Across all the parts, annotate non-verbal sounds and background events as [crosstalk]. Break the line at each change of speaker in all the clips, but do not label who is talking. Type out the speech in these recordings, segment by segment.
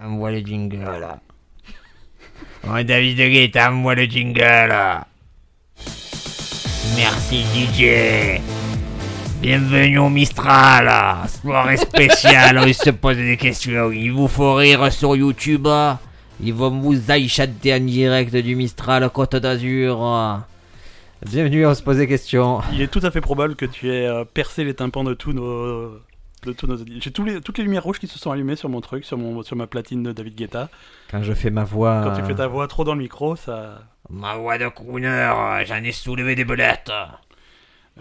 envoie le jingle. Ouais, David de Guetta, envoie le jingle. Merci DJ. Bienvenue au Mistral, soirée spéciale, on se pose des questions, il vous faut rire sur YouTube, ils vont vous aille chanter en direct du Mistral Côte d'Azur. Bienvenue, on se pose des questions.
Il est tout à fait probable que tu aies euh, percé les tympans de tous nos. De tous nos... J'ai tous les, toutes les lumières rouges qui se sont allumées sur mon truc, sur, mon, sur ma platine de David Guetta.
Quand je fais ma voix...
Quand tu fais ta voix trop dans le micro, ça.
Ma voix de crooner, j'en ai soulevé des belettes.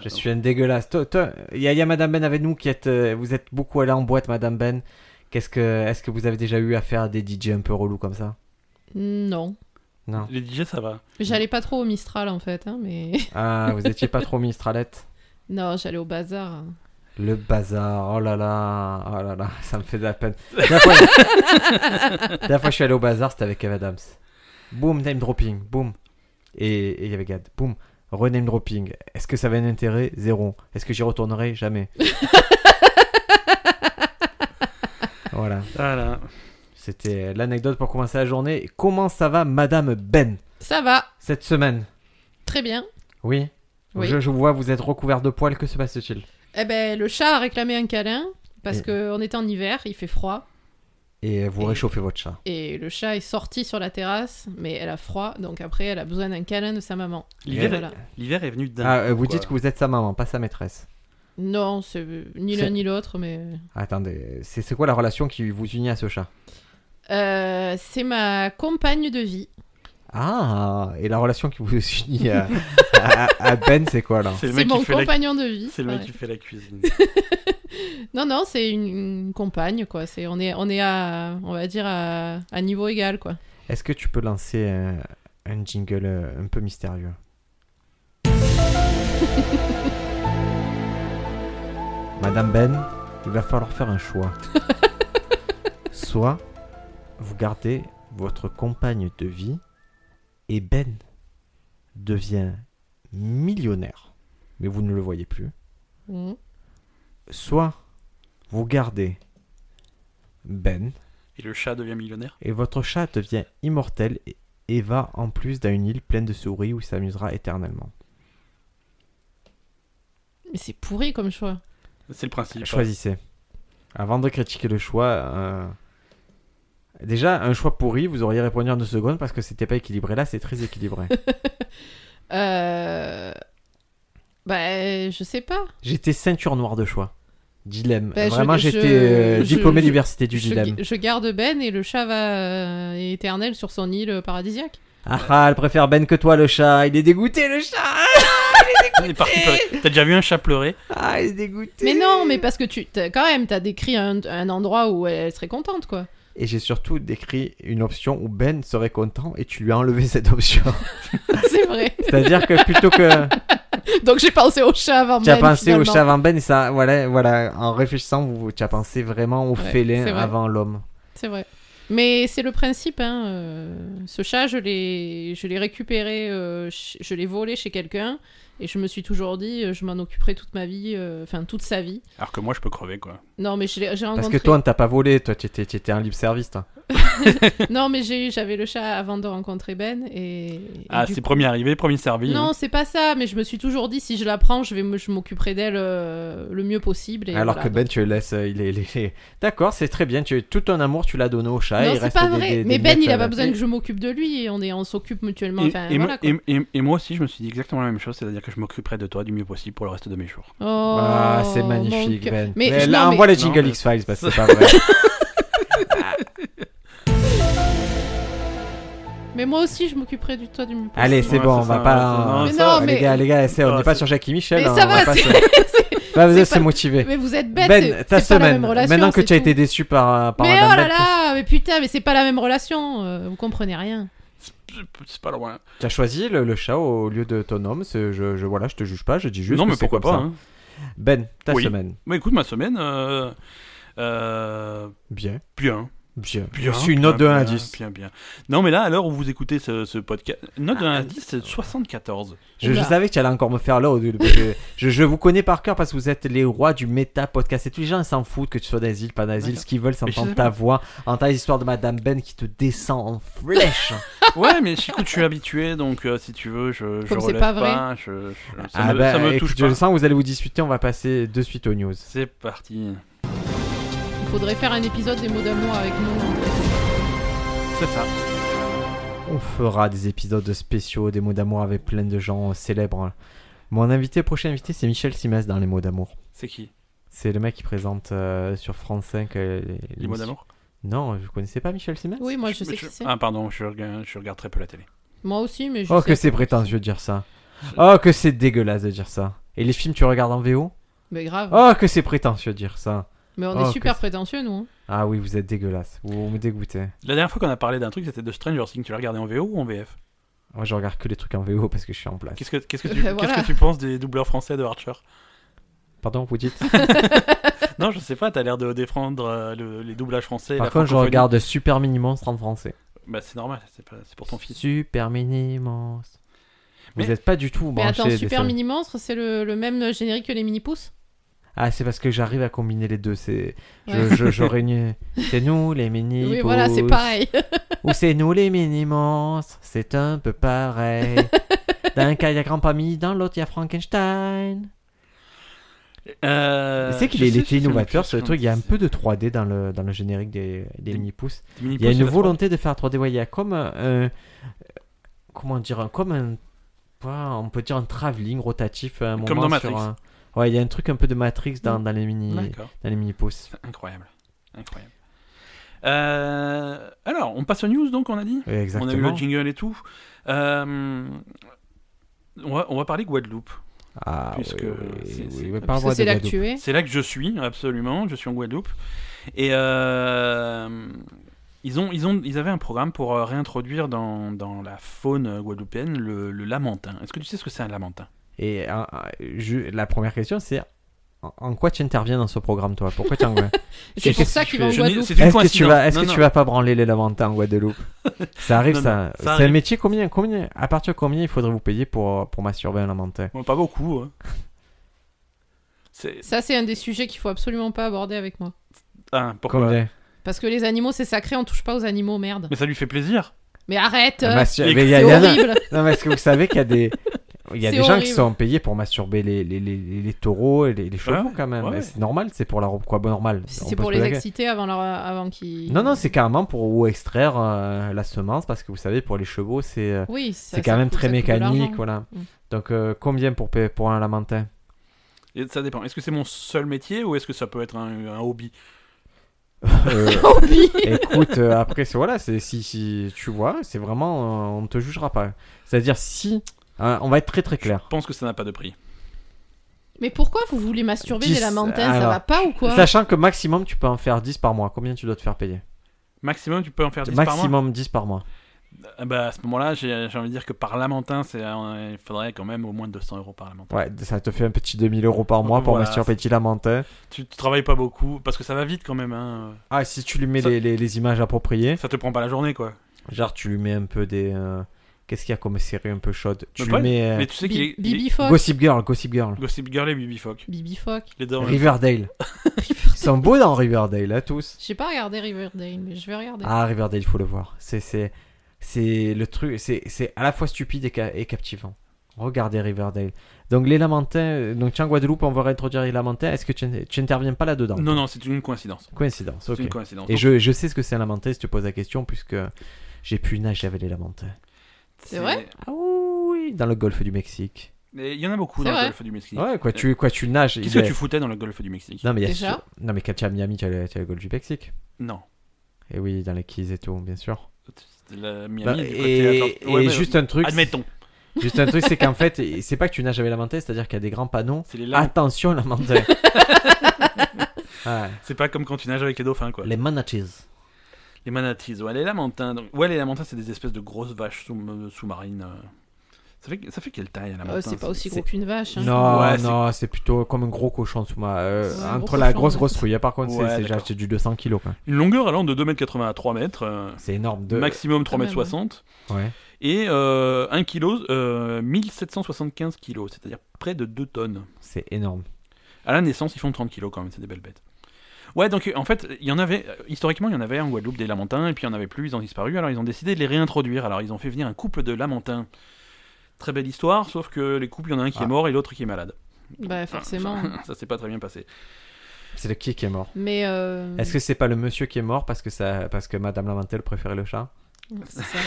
Je suis un dégueulasse. Toi- toi, Il y, a- il y a Madame Ben avec nous qui est. euh, Vous êtes beaucoup allé en boîte, Madame Ben. Qu'est-ce que, est-ce que vous avez déjà eu affaire à des DJ un peu relous comme ça
Non.
Non.
Les DJ, ça va.
J'allais pas trop au Mistral en fait, hein, mais. [laughs]
Ah, vous étiez pas trop Mistralette.
Non, j'allais au bazar. hein.
Le bazar, oh là là, oh là [laughs] là, ça me fait de la peine. La dernière fois, la dernière fois que je suis allé au bazar, c'était avec Eve Adams. Boum, name dropping, boum. Et et il y avait Gad, boum, rename dropping. Est-ce que ça avait un intérêt Zéro. Est-ce que j'y retournerai Jamais. voilà,
Voilà.
c'était l'anecdote pour commencer la journée. Comment ça va, Madame Ben,
Ça va,
cette semaine
très bien.
Oui,
Oui.
Je, je vois, vous êtes recouvert de poils, que se passe-t-il
Eh ben, le chat a réclamé un câlin parce
Et-
que on était en hiver, il fait froid
Et vous
Et-
réchauffez votre chat.
et le chat est sorti sur la terrasse, mais elle a froid, donc après elle a besoin d'un câlin de sa maman.
L'hiver,
Voilà.
est- l'hiver est venu d'un.
Ah, euh, vous
quoi.
dites que vous êtes sa maman, pas sa maîtresse.
Non, c'est euh, ni
C'est-
l'un ni l'autre, mais
Attendez, c'est c'est quoi la relation qui vous unit à ce chat
Euh, c'est ma compagne de vie.
Ah, et la relation qui vous [laughs] unit à, à- à- à Ben, c'est quoi là
C'est le
C'est
mec
mon
qui fait la.
compagnon de vie.
C'est le mec
ouais.
qui fait la cuisine.
Non, non, c'est une, une compagne quoi. C'est on est on est à on va dire à, à niveau égal quoi.
Est-ce que tu peux lancer euh, un jingle euh, un peu mystérieux Madame Ben, il va falloir faire un choix. Soit vous gardez votre compagne de vie et Ben devient millionnaire, mais vous ne le voyez plus
Mhm.
soit vous gardez Ben
Et le chat devient millionnaire.
et votre chat devient immortel et, et va en plus dans une île pleine de souris où il s'amusera éternellement.
Mais c'est pourri comme choix.
C'est le principe.
Choisissez. Avant de critiquer le choix, euh, déjà un choix pourri, vous auriez répondu en deux secondes parce que c'était pas équilibré. Là, c'est très équilibré.
Euh... Bah, je sais pas.
j'étais ceinture noire de choix. Dilemme.
Bah, je-
Vraiment,
je-
j'étais euh,
je-
diplômé
je-
diversité du dilemme.
Je, je garde Ben et le chat va euh, est éternel sur son île paradisiaque.
Ah ah, elle préfère Ben que toi, le chat. Il est dégoûté, le chat.
On est parti pleurer. T'as déjà vu un chat pleurer
Ah, il est dégoûté.
Mais non, mais parce que tu, t'as- quand même, t'as décrit un, un endroit où elle, serait contente, quoi.
Et j'ai surtout décrit une option où Ben serait content et tu lui as enlevé cette option.
C'est vrai.
C'est-à-dire que plutôt
[laughs]
que
Donc j'ai pensé au chat avant
tu as
Ben,
pensé au
finalement.
chat avant Ben, et ça, voilà, voilà, en réfléchissant, vous, tu as pensé vraiment au
Ouais,
félin
c'est vrai.
avant l'homme.
C'est vrai. Mais c'est le principe, hein. euh, ce chat, je l'ai, je l'ai récupéré, euh, ch- je l'ai volé chez quelqu'un, et je me suis toujours dit, euh, je m'en occuperai toute ma vie, euh, enfin toute sa vie.
Alors que moi, je peux crever, quoi.
Non, mais je l'ai- j'ai
Parce
rencontré.
que toi, on ne t'a pas volé, toi, tu étais, tu étais un libre service, toi.
Non, mais j'ai- j'avais le chat avant de rencontrer Ben et. et
Ah,
du
c'est
coup-
premier arrivé, premier servi. hein.
hein.
Non, c'est pas ça. Mais je me suis toujours dit, si je la prends, je vais, me- je m'occuperai d'elle euh, le mieux possible. Et
Alors
voilà.
que Ben, tu le laisses, euh, il est. il est- D'accord, c'est très bien, tu, tout ton amour, tu l'as donné au chat.
non,
Ben, il
c'est
reste
pas
des-
vrai.
des- des
mais Ben,
miettes,
il a
euh,
pas besoin que je m'occupe de lui. Et on est, on s'occupe mutuellement.
Et,
enfin,
et
voilà.
moi,
Quoi.
et- et- et moi aussi, je me suis dit exactement la même chose, c'est-à-dire que je m'occuperai de toi du mieux possible pour le reste de mes jours.
Oh,
Ah, c'est
mon
magnifique,
cœur.
Ben.
Mais,
Mais
je-
là,
non, mais-
envoie les
Non,
jingle
mais-
X-Files parce que c'est pas vrai.
[laughs] mais moi aussi, je m'occuperai du toi du mieux possible.
Ben. Allez, c'est
Ouais,
bon, on
c'est
va
ça,
pas.
c'est- non,
Mais ça- non,
les
mais-
gars, les gars, c'est- on
Non,
n'est pas
c'est-
sur Jacques et Michel.
Mais
hein,
ça
on va
va,
pas
c'est-
se- Pas besoin de
[laughs] c'est
se
pas-
motiver.
Mais vous êtes bête.
Ben,
c'est-
ta
c'est pas la
semaine.
même relation,
Maintenant que
c'est
tu as été
tout.
déçu par, euh, par
Mais
Madame
oh là
Bette,
là, mais putain, mais c'est pas la même relation. euh, vous comprenez rien.
C'est pas loin.
tu as choisi le, le chat au lieu de ton homme. c'est- Je, je, voilà, je te juge pas, je dis juste.
non,
que
mais
c'est
pourquoi
comme
pas
ça.
hein.
Ben, ta
Oui.
semaine.
Bah écoute, ma semaine, euh, euh,
Bien.
bien.
Bien.
Bien,
Je suis une note de
bien,
1 à
bien,
10.
Bien, bien. Non, mais là, à l'heure où vous écoutez ce, ce podcast, note
Ah,
de 1 à 10,
euh.
c'est
[laughs]
74.
Je, je
Oula.
savais que tu allais encore me faire là au début. parce que [laughs] je, je vous connais par cœur parce que vous êtes les rois du méta podcast. Et tous les gens ils s'en foutent que tu sois d'asile, pas d'asile.
D'accord.
Ce qu'ils veulent, c'est
Mais je
entendre
sais
ta voix, entendre l'histoire de Madame Ben qui te descend en flèche.
Ouais, mais écoute, je suis habitué, donc euh, si tu veux, je, je
Comme c'est
relève
pas vrai.
je- je- [laughs] ça,
ah
me,
bah,
ça me
écoute,
touche
je
pas.
le sens, vous allez vous disputer. On va passer de suite aux news.
C'est parti.
Il faudrait faire un épisode des mots d'amour avec nous.
C'est ça.
On fera des épisodes spéciaux des mots d'amour avec plein de gens célèbres. Mon invité, prochain invité, c'est Michel Simès dans les mots d'amour.
C'est qui
C'est le mec qui présente euh, sur France 5 euh,
Les mots
l'émission-
d'amour
Non, je connaissais pas Michel Simès.
Oui, moi je sais
Mais
qui c'est.
Ah, pardon, je regarde, je regarde très peu la télé.
Moi aussi, mais je
Oh,
sais.
que c'est prétentieux de dire ça. Oh, que c'est dégueulasse de dire ça. Et les films, tu regardes en VO
Mais grave.
Oh, que c'est prétentieux de dire ça.
mais on
oh, que
est super
c'est-
prétentieux, nous. hein.
Ah oui, vous êtes dégueulasse. Vous, vous me dégoûtez.
La dernière fois qu'on a parlé d'un truc, c'était de Stranger Things. Tu l'as regardé en VO ou en VF
Moi, je regarde que les trucs en VO parce que je suis en place.
Qu'est-ce que, qu'est-ce que,
Euh,
tu,
ben voilà.
qu'est-ce que tu penses des doubleurs français de Archer
Pardon, vous dites
Non, je sais pas, t'as l'air de défendre euh, le- les doublages français.
Par
la
contre, je
francophonie.
regarde Super Mini Monstre en français.
Bah, c'est normal, c'est, pas- c'est pour ton fils.
Super Mini Monstre. Vous
Mais-
n'êtes pas du tout
Mais
branché.
attends,
des
Super
séries.
Mini Monstre, c'est le, le même générique que les Mini Pousses
Ah, c'est parce que j'arrive à combiner les deux. C'est. Je,
Ouais.
je, je réunis. C'est nous les mini.
Oui, voilà, c'est
Pousses.
pareil.
Ou c'est nous les mini-monstres, c'est un peu
[laughs]
pareil. D'un cas, il y a Grand-Pami, dans l'autre, il y a Frankenstein.
Euh,
tu sais qu'il
je
est- il
sais,
était
je sais
innovateur
plus
sur le
ce
truc, il y a un
qu'on
peu de 3D dans le, dans le générique des, des
Des-
mini-pousses.
dit. Mini
Il y a
Pouce,
une
la 3D.
volonté de faire 3D, ouais, il y a comme un... un- comment dire un- Comme un... pas- on peut dire un travelling rotatif à un
Comme
moment
dans
sur
Matrix. Mm.
un- Ouais, il y a un truc un peu de Matrix dans, dans les mini
D'accord.
dans les mini-pousses.
Incroyable. Incroyable. Euh, alors, on passe aux news, donc, on a dit
Ouais,
On a eu le
Exactement.
jingle et tout. Euh, on, va, on va parler Guadeloupe.
Ah, oui,
puisque
oui,
c'est-
oui,
c'est-
oui, par
Parce
voie
que
de
c'est
Guadeloupe.
l'actu. hein.
C'est là que je suis, absolument. Je suis en Guadeloupe. Et euh, ils, ont, ils, ont, ils avaient un programme pour euh, réintroduire dans, dans la faune guadeloupéenne le, le lamentin. Est-ce que tu sais ce que c'est un lamentin
Et euh, je- la première question, c'est en- en quoi tu interviens dans ce programme, toi Pourquoi tu en-
[laughs]
C'est pour
Qu'est-ce
ça
que
qu'il
je
va en
fais Je n'ai-
Guadeloupe.
c'est une
Est-ce que tu
coïncidence.
vas, est-ce
Non,
que
non.
tu vas pas branler les lamentins en
[laughs]
Guadeloupe Ça arrive,
Non,
ça.
non, ça
C'est un
arrive.
métier combien, combien À partir de combien il faudrait vous payer pour pour masturber un lamentin
Bon, pas beaucoup. hein. C'est
Ça, c'est un des sujets qu'il faut absolument pas aborder avec moi.
ah, pourquoi
Combien
Parce que les animaux, c'est sacré, on touche pas aux animaux, merde.
Mais ça lui fait plaisir.
Mais arrête
Ah,
euh,
mastur-
Et
mais il y a-
C'est
il y en a-
horrible
[laughs] Non, mais est-ce que vous savez qu'il y a des il y a
C'est
des gens qui
horrible.
sont payés pour masturber les, les, les, les- les taureaux et les, les chevaux
Ah Ouais,
quand même.
ouais,
Et
ouais.
C'est normal, c'est pour la robe quoi, bon, normal. On
C'est
peut
pour
se
les
poser la-
exciter avant, leur... avant qu'ils...
Non non, c'est carrément pour ou extraire euh, la semence parce que vous savez pour les chevaux c'est euh,
Oui, ça-
c'est quand
ça
même
coûte-
très
ça coûte de
mécanique
l'argent.
voilà.
Mm.
Donc euh, combien pour payer pour un lamentin
Et ça dépend. Est-ce que c'est mon seul métier ou est-ce que ça peut être un, un hobby
[laughs]
Euh,
[laughs] Oh oui
Écoute, euh, après, c'est voilà, c'est si, si tu vois, c'est vraiment, euh, on ne te jugera pas. C'est-à-dire si, hein, on va être très très
Je
clair.
pense que ça n'a pas de prix.
Mais pourquoi vous voulez masturber
Dix-
des lamentins Ça
alors,
va pas ou quoi
Sachant que maximum, tu peux en faire 10 par mois. Combien tu dois te faire payer
Maximum, tu peux en faire 10 par mois.
Maximum 10 par mois.
Ah bah, à ce moment-là, j'ai j'ai envie de dire que par lamentin, c'est, euh, il faudrait quand même au moins 200 euros par lamentin.
Ouais, ça te fait un petit 2000 euros par mois pour
Voilà.
masturber petit lamentin.
Tu, tu travailles pas beaucoup parce que ça va vite quand même. hein.
Ah, si tu lui mets
Ça-
les, les- les images appropriées,
Ça te prend pas la journée quoi.
genre tu lui mets un peu des. euh, Qu'est-ce qu'il y a comme série un peu chaude Tu
Le
lui
problème,
mets. euh,
Mais tu sais qu'il
Bi-
est. il
Bibi
est-
Fock
Gossip Girl, Gossip Girl.
Gossip Girl et Bibi Fock.
Bibi Fock.
Les deux en même
Riverdale. Ils sont beaux dans Riverdale, hein, tous.
J'ai pas regardé Riverdale, mais je vais regarder.
Ah, Riverdale, il faut le voir. C'est, c'est, c'est le truc, c'est, c'est à la fois stupide et, ca- et captivant. Regardez Riverdale. Donc les lamentins, euh, donc tiens Guadeloupe, on va réintroduire les lamentins. Est-ce que tu, n- tu n'interviens pas là-dedans
temps. Non, non, c'est une coïncidence.
Coïncidence,
C'est
ok.
une coïncidence.
Et
Donc,
je, je sais ce que c'est un lamentin si tu poses la question, puisque j'ai pu nager avec les lamentins.
C'est vrai
Ah oui, dans le golfe du Mexique.
Et Il y en a beaucoup
C'est
dans
vrai
le golfe du Mexique.
Ouais, quoi, tu, quoi, tu nages.
Qu'est-ce
il
que
est-
tu foutais dans le golfe du Mexique
Non, mais il y a
Déjà
sûr- Non, mais quand tu es à Miami, tu as le, tu as le golfe du Mexique.
Non.
Et oui, dans les Keys et tout, bien sûr.
C'était la
Bah,
Miami du côté
et
Atlantique. Ouais,
et
mais- euh,
juste un truc.
Admettons.
Juste un truc, c'est qu'en fait, c'est pas que tu nages avec la menthe, c'est-à-dire qu'il y a des grands panneaux.
C'est les lames.
Attention, la menthe.
[laughs]
Ouais.
C'est pas comme quand tu nages avec les dauphins, quoi. Les,
Ah. Les manatees.
manatees, ouais, les lamantins. Donc... Ouais, les lamantins, c'est des espèces de grosses vaches sous- sous-marines. euh, Ça fait, ça fait quelle taille un
Euh,
lamentin
c'est pas aussi gros qu'une vache. hein.
Non,
Ouais, c'est-
non, c'est plutôt comme un gros cochon sous ma. euh,
Ouais, un
entre
gros
la
cochon,
grosse
ouais.
grosse rouille. Par contre, c'est-
Ouais,
c'est j'ai
d'accord.
acheté du 200 kilos. quoi.
Une longueur allant de 2m80 à 3m, euh,
C'est énorme. De...
maximum
quand même,
3m60.
Ouais.
Et euh, 1 kg, euh, 1775 kg, c'est-à-dire près de 2 tonnes.
C'est énorme.
À la naissance, ils font 30 kg quand même, c'est des belles bêtes. Ouais, donc euh, en fait, il y en avait, euh, historiquement, il y en avait en Guadeloupe des lamantins, et puis il n'y en avait plus, ils ont disparu, alors ils ont décidé de les réintroduire. Alors ils ont fait venir un couple de lamantins. Très belle histoire, sauf que les couples, il y en a un qui
Ah.
est mort et l'autre qui est malade.
Bah forcément.
Ça s'est pas très bien passé.
C'est le qui qui est mort
Mais euh,
Est-ce que c'est pas le monsieur qui est mort parce que, ça... parce que Madame Lamantel préférait le chat
c'est ça.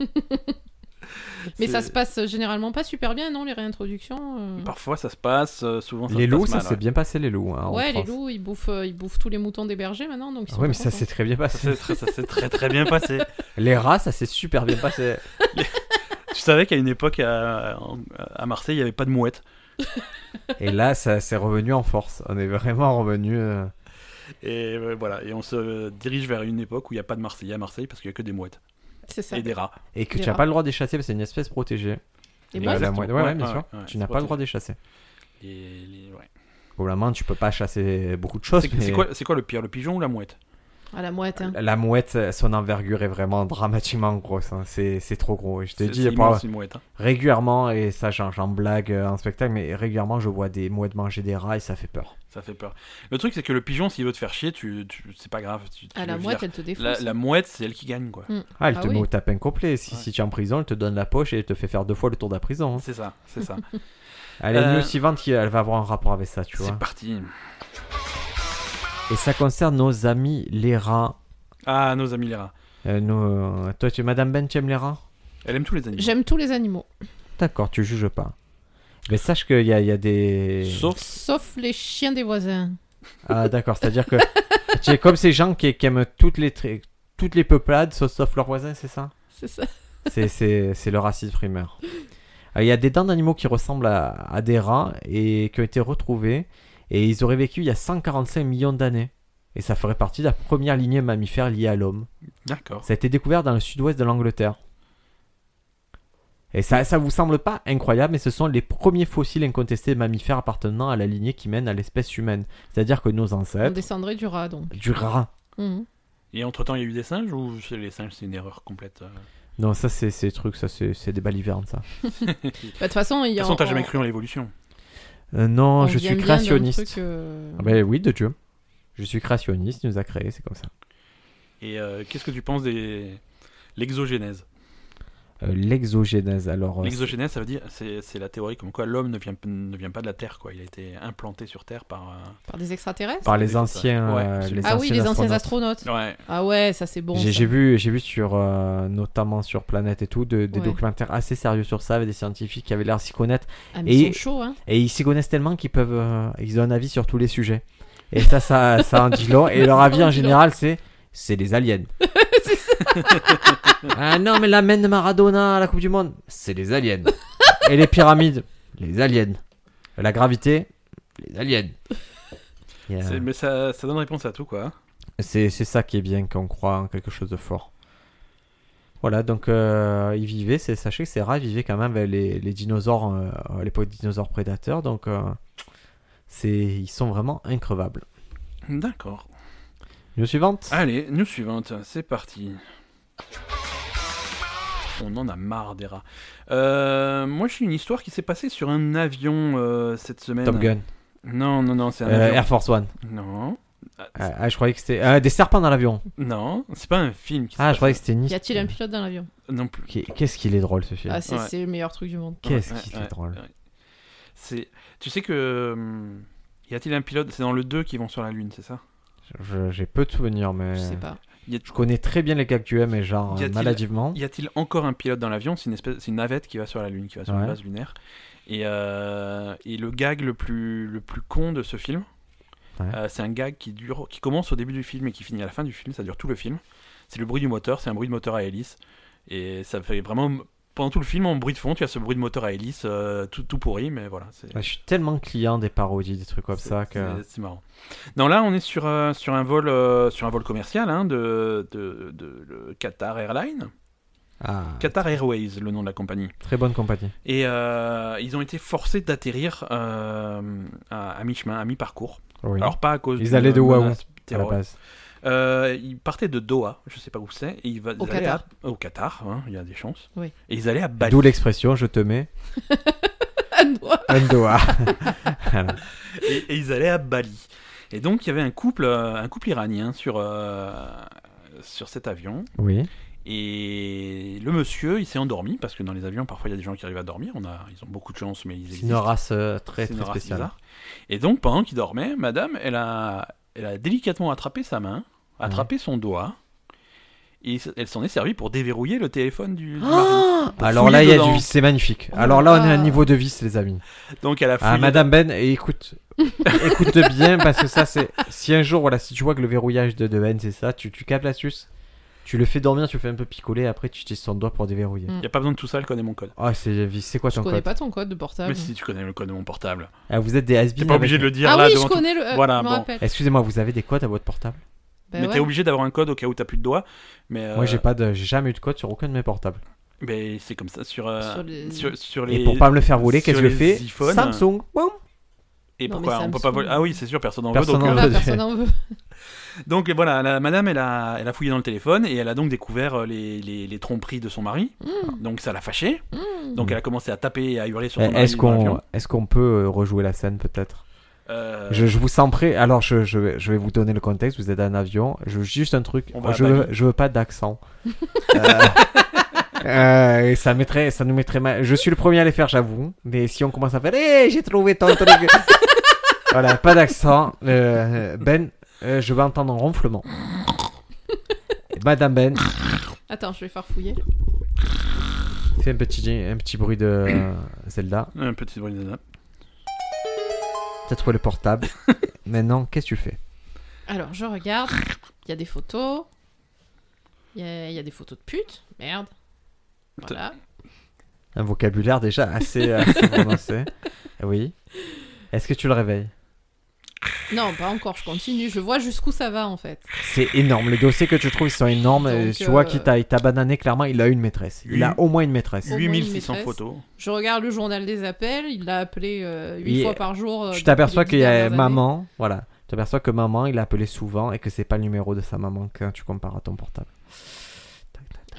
[laughs]
Mais ça se passe généralement pas super bien, non, les réintroductions euh.
Parfois ça se passe, euh, souvent ça
Les
se
loups,
passe
ça
mal,
s'est
ouais.
bien passé, les loups. hein, en
Ouais, les
France.
loups, ils bouffent, euh, ils bouffent tous les moutons des bergers maintenant, donc ils sont
Ouais,
pas
mais ça
contents.
s'est très bien
Ça
passé.
s'est très- ça s'est très très
[laughs]
bien passé.
Les rats, ça s'est super bien
[laughs]
passé.
Tu savais qu'à une époque à, à Marseille, il n'y avait pas de mouettes.
Et là, ça s'est revenu en force. On est vraiment revenu. euh,
Et euh, voilà, et on se euh, dirige vers une époque où il n'y a pas de Marseillais à Marseille parce qu'il n'y a que des mouettes
C'est ça.
et des rats.
Et que
Les
tu n'as
rats.
pas le droit de les chasser parce que c'est une espèce protégée. Les
Et bon,
rats, la
Exactement.
moitié- ouais, ouais,
Ouais,
bien
ouais,
sûr.
ouais,
tu
c'est
n'as pas le
protégé.
droit de les chasser.
Et les- ouais.
Probablement, tu peux pas chasser beaucoup de choses.
C'est c'est
mais
quoi, c'est quoi le pire, le pigeon ou la mouette
à la mouette. hein.
La mouette, son envergure est vraiment dramatiquement grosse. hein. C'est c'est trop gros. Et Je te
C'est
dis,
c'est
pour-
immense, une mouette. hein.
régulièrement, et ça, j'en j'en blague euh, en spectacle, mais régulièrement, je vois des mouettes manger des rats et ça fait peur.
Ça fait peur. Le truc, c'est que le pigeon, s'il veut te faire chier, tu, tu- c'est pas grave. tu- tu
À Ah, la
le
mouette,
vires.
elle te défonce.
la, la mouette, c'est elle qui gagne, quoi.
Ah, elle
Ah
te
oui.
met au tapin complet. Si,
Ouais.
si tu es en prison, elle te donne la poche et elle te fait faire deux fois le tour de la prison. hein.
C'est ça, c'est ça.
Allez,
Euh,
news suivante, qui- elle va avoir un rapport avec ça, tu vois.
c'est parti.
Et ça concerne nos amis les rats.
Ah, nos amis les rats.
Euh, nos- Toi, tu Madame Ben, tu aimes les rats
Elle aime tous les animaux.
J'aime tous les animaux,
D'accord, tu juges pas. Mais sache qu'il y a, il y a des...
Sauf,
sauf les chiens des voisins.
Ah d'accord, c'est-à-dire que [laughs] tu es comme ces gens qui, qui aiment toutes les, tri- toutes les peuplades sauf, sauf leurs voisins, c'est ça
C'est ça.
C'est- C'est c'est le racisme primeur. Euh, Il y a des dents d'animaux qui ressemblent à, à des rats et qui ont été retrouvés et ils auraient vécu il y a 145 millions d'années. Et ça ferait partie de la première lignée mammifère liée à l'homme.
d'accord.
Ça a été découvert dans le sud-ouest de l'Angleterre. Et ça, ça vous semble pas incroyable, mais ce sont les premiers fossiles incontestés mammifères appartenant à la lignée qui mène à l'espèce humaine. C'est-à-dire que nos
On
ancêtres,
descendrait du rat, donc.
du rat.
Mhm.
Et entre-temps, il y a eu des singes ou chez les singes, c'est une erreur complète euh
Non, ça c'est ces trucs, ça c'est c'est des balivernes, ça.
Bah, De toute façon,
De
il y
toute
a.
façon, t'as
on-
jamais cru en l'évolution.
Euh, non,
on
je
vient
suis
bien d'un
créationniste.
truc, euh,
Ah ben oui, de Dieu. Je suis créationniste, il nous a créé, c'est comme ça.
Et euh, qu'est-ce que tu penses des l'exogénèse
Euh, L'exogénèse, alors. euh,
L'exogénèse, ça veut dire c'est c'est la théorie comme quoi l'homme ne vient ne vient pas de la Terre quoi. Il a été implanté sur Terre par. euh,
Par des extraterrestres
par les
c'est-
anciens.
Ouais,
euh,
absolument.
les
Ah oui, les anciens
astronautes.
astronautes.
Ouais.
Ah ouais, ça c'est bon.
J'ai
ça.
j'ai vu, j'ai vu sur, euh, notamment sur Planète et tout, de- des
Ouais.
documentaires assez sérieux sur ça, avec des scientifiques qui avaient l'air s'y connaître.
Ah, mais ils
Et-
sont chauds, hein.
Et ils s'y connaissent tellement qu'ils peuvent, euh, ils ont un avis sur tous les sujets. Et ça,
[laughs]
ça, ça en dit long. Et leur
Ça
avis
en
en
dit long.
général, c'est, c'est les aliens.
[laughs] C'est
[laughs] ah non, mais la main de Maradona à la Coupe du Monde, c'est les aliens. et les pyramides, les aliens. La gravité, les
[laughs]
aliens. Il y a-
C'est- Mais ça, ça donne réponse à tout quoi.
C'est, c'est ça qui est bien quand on croit en quelque chose de fort. Voilà, donc euh, ils vivaient, c'est, sachez que ces rats vivaient quand même avec les, les dinosaures, euh, à l'époque des dinosaures prédateurs, donc euh, c'est, ils sont vraiment increvables.
D'accord.
News suivante
Allez, news suivante, c'est parti. On en a marre des rats. Euh, moi, j'ai une histoire qui s'est passée sur un avion euh, cette semaine.
Top Gun,
Non, non, non, c'est un
Euh,
avion.
Air Force One.
Non,
Ah, ah, je croyais que c'était. ah, des serpents dans l'avion.
non, c'est pas un film. Qui s'est
Ah, je
passé.
croyais que c'était une.
Y a-t-il un pilote dans l'avion
Non plus.
Qu'est- Qu'est-ce qu'il est drôle ce film
Ah, c'est
Ouais.
c'est le meilleur truc du monde.
Qu'est-ce
Ouais,
qu'il
ouais,
est drôle.
ouais. C'est, tu sais que hum, y a-t-il un pilote C'est dans le 2 qu'ils vont sur la lune, c'est ça
Je- J'ai peu de souvenirs, mais.
Je sais pas.
y, a-
Je connais très bien les gars que tu aimes, mais genre
Y a-t-il-
maladivement.
y a-t-il encore un pilote dans l'avion C'est une espèce, c'est une navette qui va sur la lune, qui va sur
Ouais.
la base lunaire. Et, euh, et le gag le plus le plus con de ce film,
Ouais.
euh, c'est un gag qui dure, qui commence au début du film et qui finit à la fin du film. Ça dure tout le film. C'est le bruit du moteur. C'est un bruit de moteur à hélice. Et ça fait vraiment pendant tout le film en bruit de fond. Tu as ce bruit de moteur à hélice euh, tout, tout pourri, mais voilà. C'est...
bah, Je suis tellement client des parodies, des trucs comme
C'est-
ça que.
c'est- C'est marrant. Non, là, on est sur, euh, sur, un, vol, euh, sur un vol commercial hein, de, de, de- de Qatar Airlines.
Ah,
Qatar Airways, le nom de la compagnie.
très bonne compagnie.
Et euh, ils ont été forcés d'atterrir euh, à, à mi-chemin, à mi-parcours.
Oui.
Alors pas à cause
Ils
d'une
allaient de Oahu,
menace
à la
terroriste.
base.
Euh, ils partaient de Doha, je sais pas où c'est, et ils va- ils
Au
allaient
Qatar.
à- au Qatar, hein, il y a des chances.
Oui.
Et ils allaient à Bali.
D'où l'expression je te
[laughs]
mets
À Doha.
un
[laughs]
doigt.
et, et ils allaient à Bali. Et donc il y avait un couple, euh, un couple iranien sur euh, sur cet avion.
oui.
Et le monsieur, il s'est endormi parce que dans les avions, parfois il y a des gens qui arrivent à dormir. On a, ils ont beaucoup de chance, mais ils
C'est
existent.
une race euh, très
C'est une
très
race
spéciale.
bizarre. Et donc pendant qu'il dormait, Madame, elle a, elle a délicatement attrapé sa main, attrapé son doigt. Et s- elle s'en est servie pour déverrouiller le téléphone du, du mari. Pour
Alors
fouiller
là, il y a
dedans.
du vice, c'est magnifique.
Oh
Alors là, on est à un
là.
niveau de vice, les amis.
Donc elle a fouillé.
Ah, Madame Ben, et écoute, [laughs] écoute bien parce que ça, c'est si un jour, voilà, si tu vois que le verrouillage de, de Ben, c'est ça, tu, tu captes l'astuce, tu le fais dormir, tu le fais un peu picoler, après tu utilises son doigt pour déverrouiller.
Mm.
Il n'y a pas besoin de tout ça, elle connaît mon code.
Ah, c'est vice. C'est quoi
Je
ton
connais
code
pas ton code de portable.
Mais si tu connais le code de mon portable.
Ah, Vous êtes des has
T'es pas obligé de le dire
Ah
là
oui, je
devant tout-
connais le.
Voilà,
Voilà, je me
bon.
rappelle.
Excusez-moi, vous avez des codes à votre portable
Bah
mais
ouais.
t'es obligé d'avoir un code au cas où t'as plus de doigts. Mais euh,
Moi, j'ai pas de, j'ai jamais eu de code sur aucun de mes portables.
mais c'est comme ça sur euh,
Sur les-
sur, sur les.
Et pour pas me le faire voler,
sur
qu'est-ce que je
les
fais
iPhones.
Samsung. boum.
Et
Non,
pourquoi
mais
on peut
Samsung.
pas voler Ah oui, c'est sûr, personne n'en veut.
Personne
Donc,
n'en
euh,
veut.
Voilà, personne n'en veut. [laughs]
donc voilà, la madame, elle a, elle a fouillé dans le téléphone et elle a donc découvert euh, les, les, les tromperies de son mari. Donc ça l'a fâchée. Donc
Mm.
elle a commencé à taper et à hurler sur son mari.
Eh, Est-ce
dans
qu'on,
l'avion.
est-ce qu'on peut euh, rejouer la scène peut-être
Euh,
Je, je vous sens prêt. Alors, je, je, vais- je vais vous donner le contexte. Vous êtes dans un avion. Je veux juste un truc.
On va à
je, veux,
Bali.
je veux pas
[laughs]
d'accent. Euh, euh, ça, mettrait, ça nous mettrait mal. Je suis le premier à les faire, j'avoue. Mais si on commence à faire Hé, j'ai trouvé ton
[laughs]
truc. voilà, pas d'accent. Euh, ben, euh, je vais entendre un ronflement. Madame Ben,
Attends, je vais farfouiller.
fais un petit, un petit bruit de euh, Zelda.
Un petit bruit de
T'as trouvé le portable. Maintenant, qu'est-ce que tu fais
Alors, je regarde. Il y a des photos. Il y, a- il y a des photos de pute. Merde. Voilà.
Un vocabulaire déjà assez, euh, assez prononcé. Oui. Est-ce que tu le réveilles
Non, pas encore. Je continue. Je vois jusqu'où ça va en fait.
C'est énorme. Les dossiers que tu trouves, ils sont énormes.
Donc,
Et tu vois
euh,
qu'il t'a il t'a banané, clairement, il a une maîtresse. Il a au moins une maîtresse.
moins une
8600
maîtresse.
photos.
Je regarde le journal des appels. Il l'a appelé euh, huit
Et
fois par jour. euh,
Tu
depuis
t'aperçois
les dix
qu'il y a
dernières années.
maman, voilà. Tu t'aperçois que maman, il l'a appelé souvent et que c'est pas le numéro de sa maman que tu compares à ton portable.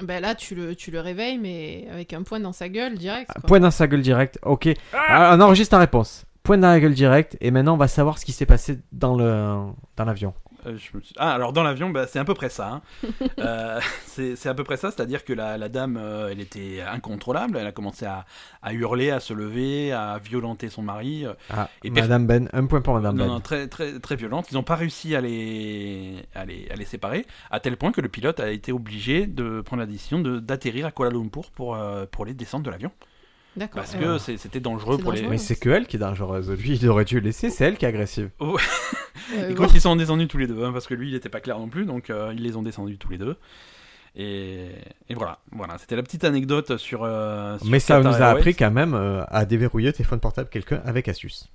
Ben là, tu le, tu le réveilles, mais avec un point dans sa gueule direct. quoi.
Point dans sa gueule direct. Ok. Ah, on enregistre ta réponse. Point dans la gueule direct. Et maintenant, on va savoir ce qui s'est passé dans le dans l'avion.
Euh, je me suis- Ah, alors dans l'avion, bah, c'est à peu près ça. hein. Euh, c'est c'est à peu près ça, c'est-à-dire que la, la dame, euh, elle était incontrôlable, elle a commencé à, à hurler, à se lever, à violenter son mari. euh,
Ah,
Et per-
Madame Ben, un point pour Madame
non,
Ben.
non, très, très, très violente. Ils n'ont pas réussi à les, à, les, à les séparer, à tel point que le pilote a été obligé de prendre la décision de- d'atterrir à Kuala Lumpur pour, euh, pour les descendre de l'avion.
D'accord.
Parce
Euh,
que c'est- c'était dangereux
C'est
pour
dangereux.
les.
Mais c'est que elle qui est dangereuse. Lui, il aurait dû le laisser. C'est elle qui est agressive.
euh,
Et
bon.
quand ils sont descendus tous les deux, hein, parce que lui, il n'était pas clair non plus, donc euh, ils les ont descendus tous les deux. Et, et voilà, voilà, c'était la petite anecdote sur. euh, sur
Mais ça
Qatar
nous a
Airways.
appris quand même euh, à déverrouiller téléphone portable quelqu'un avec astuce.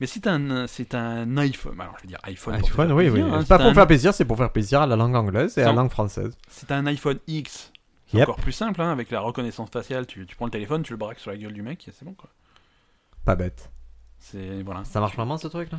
Mais c'est un, c'est un iPhone. Alors je veux dire iPhone. pour
iPhone,
faire
Ah, oui, oui.
plaisir, hein,
C'est pas
c'est
pour
un-
faire plaisir, c'est pour faire plaisir à la langue anglaise et à la
Non.
langue française.
C'est un iPhone X. C'est
Yep.
encore plus simple, hein, avec la reconnaissance faciale. Tu, tu prends le téléphone, tu le braques sur la gueule du mec, et c'est bon quoi.
Pas bête.
C'est voilà.
Ça marche vraiment ce truc là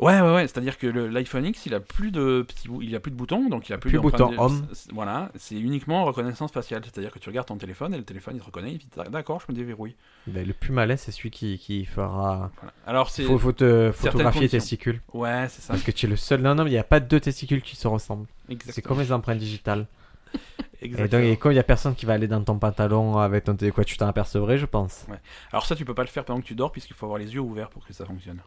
Ouais, ouais, ouais. C'est-à-dire que le- l'iPhone X, il a plus de petits, bou- il a plus de boutons, donc il a plus,
Plus de
d'empreinte
boutons homme.
c'est- Voilà, c'est uniquement reconnaissance faciale. C'est-à-dire que tu regardes ton téléphone et le téléphone il te reconnaît. Il te dit d'accord, je me déverrouille.
Le plus malin, c'est celui qui, qui fera.
Voilà. Alors c'est
Faut, faut te photographier les
conditions.
testicules.
ouais, c'est ça.
Parce que tu es le seul. Non, non, mais il n'y a pas deux testicules qui se ressemblent. C'est
Exactement.
comme les empreintes digitales. Et donc,
Exactement.
et comme il n'y a personne qui va aller dans ton pantalon avec ton téléphone, tu t'en apercevrais, je pense.
Alors ça, tu peux pas le faire pendant que tu dors, puisqu'il faut avoir les yeux ouverts pour que ça fonctionne.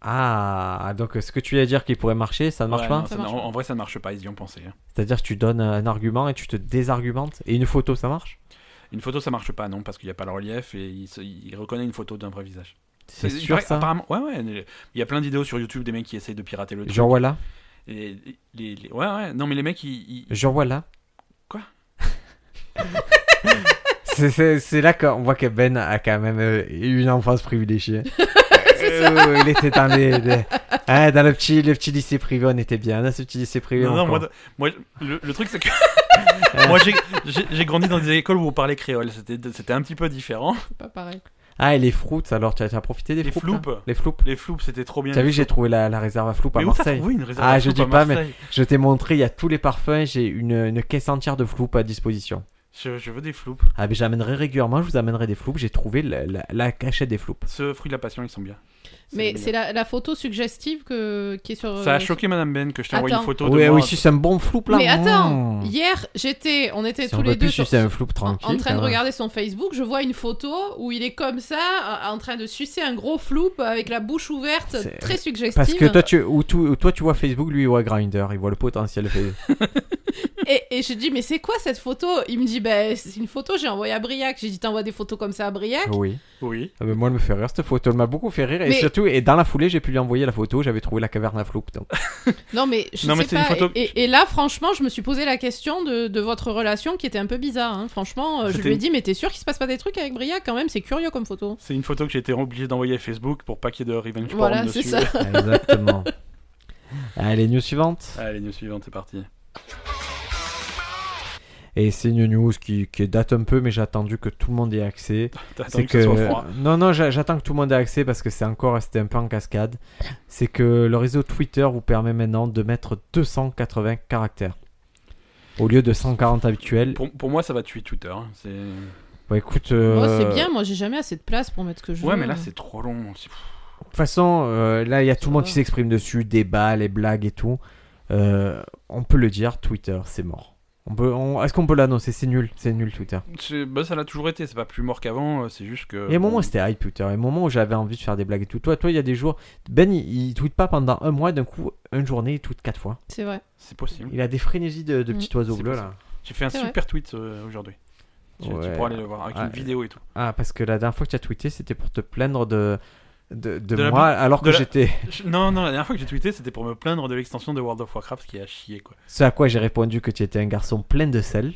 Ah, donc euh, ce que tu viens de dire qui pourrait marcher, ça ne marche
Ouais,
pas
non, ça
Ça marche
n'a-
pas.
En vrai, ça ne marche pas. Ils y ont pensé. hein.
C'est-à-dire que tu donnes un argument et tu te désargumentes. Et une photo, ça marche
Une photo, ça marche pas, non, parce qu'il n'y a pas le relief et il, se- il reconnaît une photo d'un vrai visage.
C'est
il
sûr
paraît-
ça
Apparemment, ouais, ouais. mais Il y a plein de vidéos sur YouTube des mecs qui essayent de pirater le truc.
Genre voilà.
Et les- les- ouais, ouais. Non, mais les mecs, ils, ils-
Genre voilà. [laughs]
Quoi [laughs]
C'est- C'est c'est là qu'on voit que Ben a quand même euh, une enfance privilégiée.
C'est
oui, oui, il était dans les, les- Ah, dans le petit, le petit lycée privé, on était bien. Dans ce petit lycée privé,
Non, non,
on
moi,
compte.
moi, le, le truc
[laughs]
c'est que moi j'ai- j'ai j'ai grandi dans des écoles où on parlait créole, c'était c'était un petit peu différent.
C'est pas pareil.
Ah, et les froutes, alors tu as, tu as profité des
Les
froutes
floupes.
là Les froupes.
Les floups c'était trop bien.
T'as vu,
Les
j'ai
floupes.
trouvé la, la réserve à floupe à
Mais où t'as
Marseille.
trouvé une réserve
Ah,
à
je
floupes
dis
à
pas, mais-
Marseille
Je t'ai montré, il y a tous les parfums, j'ai une, une caisse entière de floupe à disposition.
Je, je veux des floupes.
Ah, mais j'amènerai régulièrement, je vous amènerai des floups. J'ai trouvé la, la- la cachette des floups.
Ce fruit de la passion, ils sont bien.
Mais
bien.
c'est la, la photo suggestive que, qui est sur.
Ça a
euh,
choqué Madame Ben que je t'ai envoyé une
Attends.
photo
Oui,
de moi.
oui, si c'est un bon floup là.
Mais attends,
mm.
hier, j'étais, on était
Si
tous
on
les
peut
deux
plus
sur,
sucer un floup
en,
tranquille.
en train de
quand même.
regarder son Facebook, je vois une photo où il est comme ça, en- en train de sucer un gros floupe avec la bouche ouverte,
C'est-
très suggestive.
Parce que toi tu, ou tu, ou toi, tu vois Facebook, lui, il voit Grinder, il voit le potentiel. de
[laughs]
Facebook.
Et, et je dis, mais c'est quoi cette photo Il me dit, bah, c'est une photo, j'ai envoyée à Briac. J'ai dit, t'envoies des photos comme ça à Briac
oui.
Oui.
Ah, mais moi, elle me fait rire cette photo, elle m'a beaucoup fait rire. Et
Mais-
surtout, et dans la foulée, j'ai pu lui envoyer la photo, j'avais trouvé la caverne à floup.
[laughs]
Donc.
Non, mais je
Non, mais
sais
c'est une
pas.
photo-
Et, et- et là, franchement, je me suis posé la question de, de votre relation qui était un peu bizarre. hein. Franchement, euh, je
C'était
lui ai
une-
dit, mais t'es sûr qu'il se passe pas des trucs avec Briac quand même C'est curieux comme photo.
C'est une photo que j'ai été obligé d'envoyer à Facebook pour pas qu'il y ait de revenge porn
Voilà,
dessus.
c'est ça.
Exactement. Allez, news suivante.
Allez, news suivante, c'est parti.
Et c'est une news qui, qui date un peu, mais j'ai attendu que tout le monde ait accès.
T'as attendu
C'est
que, ce soit froid.
non, non, j'a- j'attends que tout le monde ait accès parce que c'est encore, c'était un peu en cascade. C'est que le réseau Twitter vous permet maintenant de mettre 280 caractères au lieu de 140 habituels.
Pour, pour moi, ça va tuer Twitter. hein. C'est-
Bah écoute, euh,
Moi, c'est bien, moi, j'ai jamais assez de place pour mettre ce que je veux. hein.
Ouais, mais là, c'est trop long. C'est-
de toute façon, euh, là il y a tout le
Ça
monde
va.
qui s'exprime dessus, débat, les blagues et tout. Euh, on peut le dire, Twitter, c'est mort. On peut, on- est-ce qu'on peut l'annoncer C'est nul, c'est nul Twitter.
c'est- bah, ça l'a toujours été. C'est pas plus mort qu'avant. euh, C'est juste que.
Il y a un moment
bon,
où c'était hype Twitter, il y a un moment où j'avais envie de faire des blagues et tout. Toi, toi, il y a des jours, Ben, il, il tweete pas pendant un mois, d'un coup, une journée, il tweete quatre fois.
C'est vrai.
C'est possible.
Il a des frénésies de, de
Mm.
petits oiseaux
C'est
bleus là.
J'ai fait un
C'est
super tweet euh, aujourd'hui. Tu, tu
Ouais.
pourras aller le voir avec
Ouais.
une
[laughs]
vidéo et tout.
Ah, parce que la dernière fois que tu as tweeté, c'était pour te plaindre de, de, de
De la
moi, alors
de
que
la-
j'étais. [laughs]
Je- Non, non, la dernière fois que j'ai tweeté, c'était pour me plaindre de l'extension de World of Warcraft qui a chié, quoi.
Ce à quoi j'ai répondu que tu étais un garçon plein de sel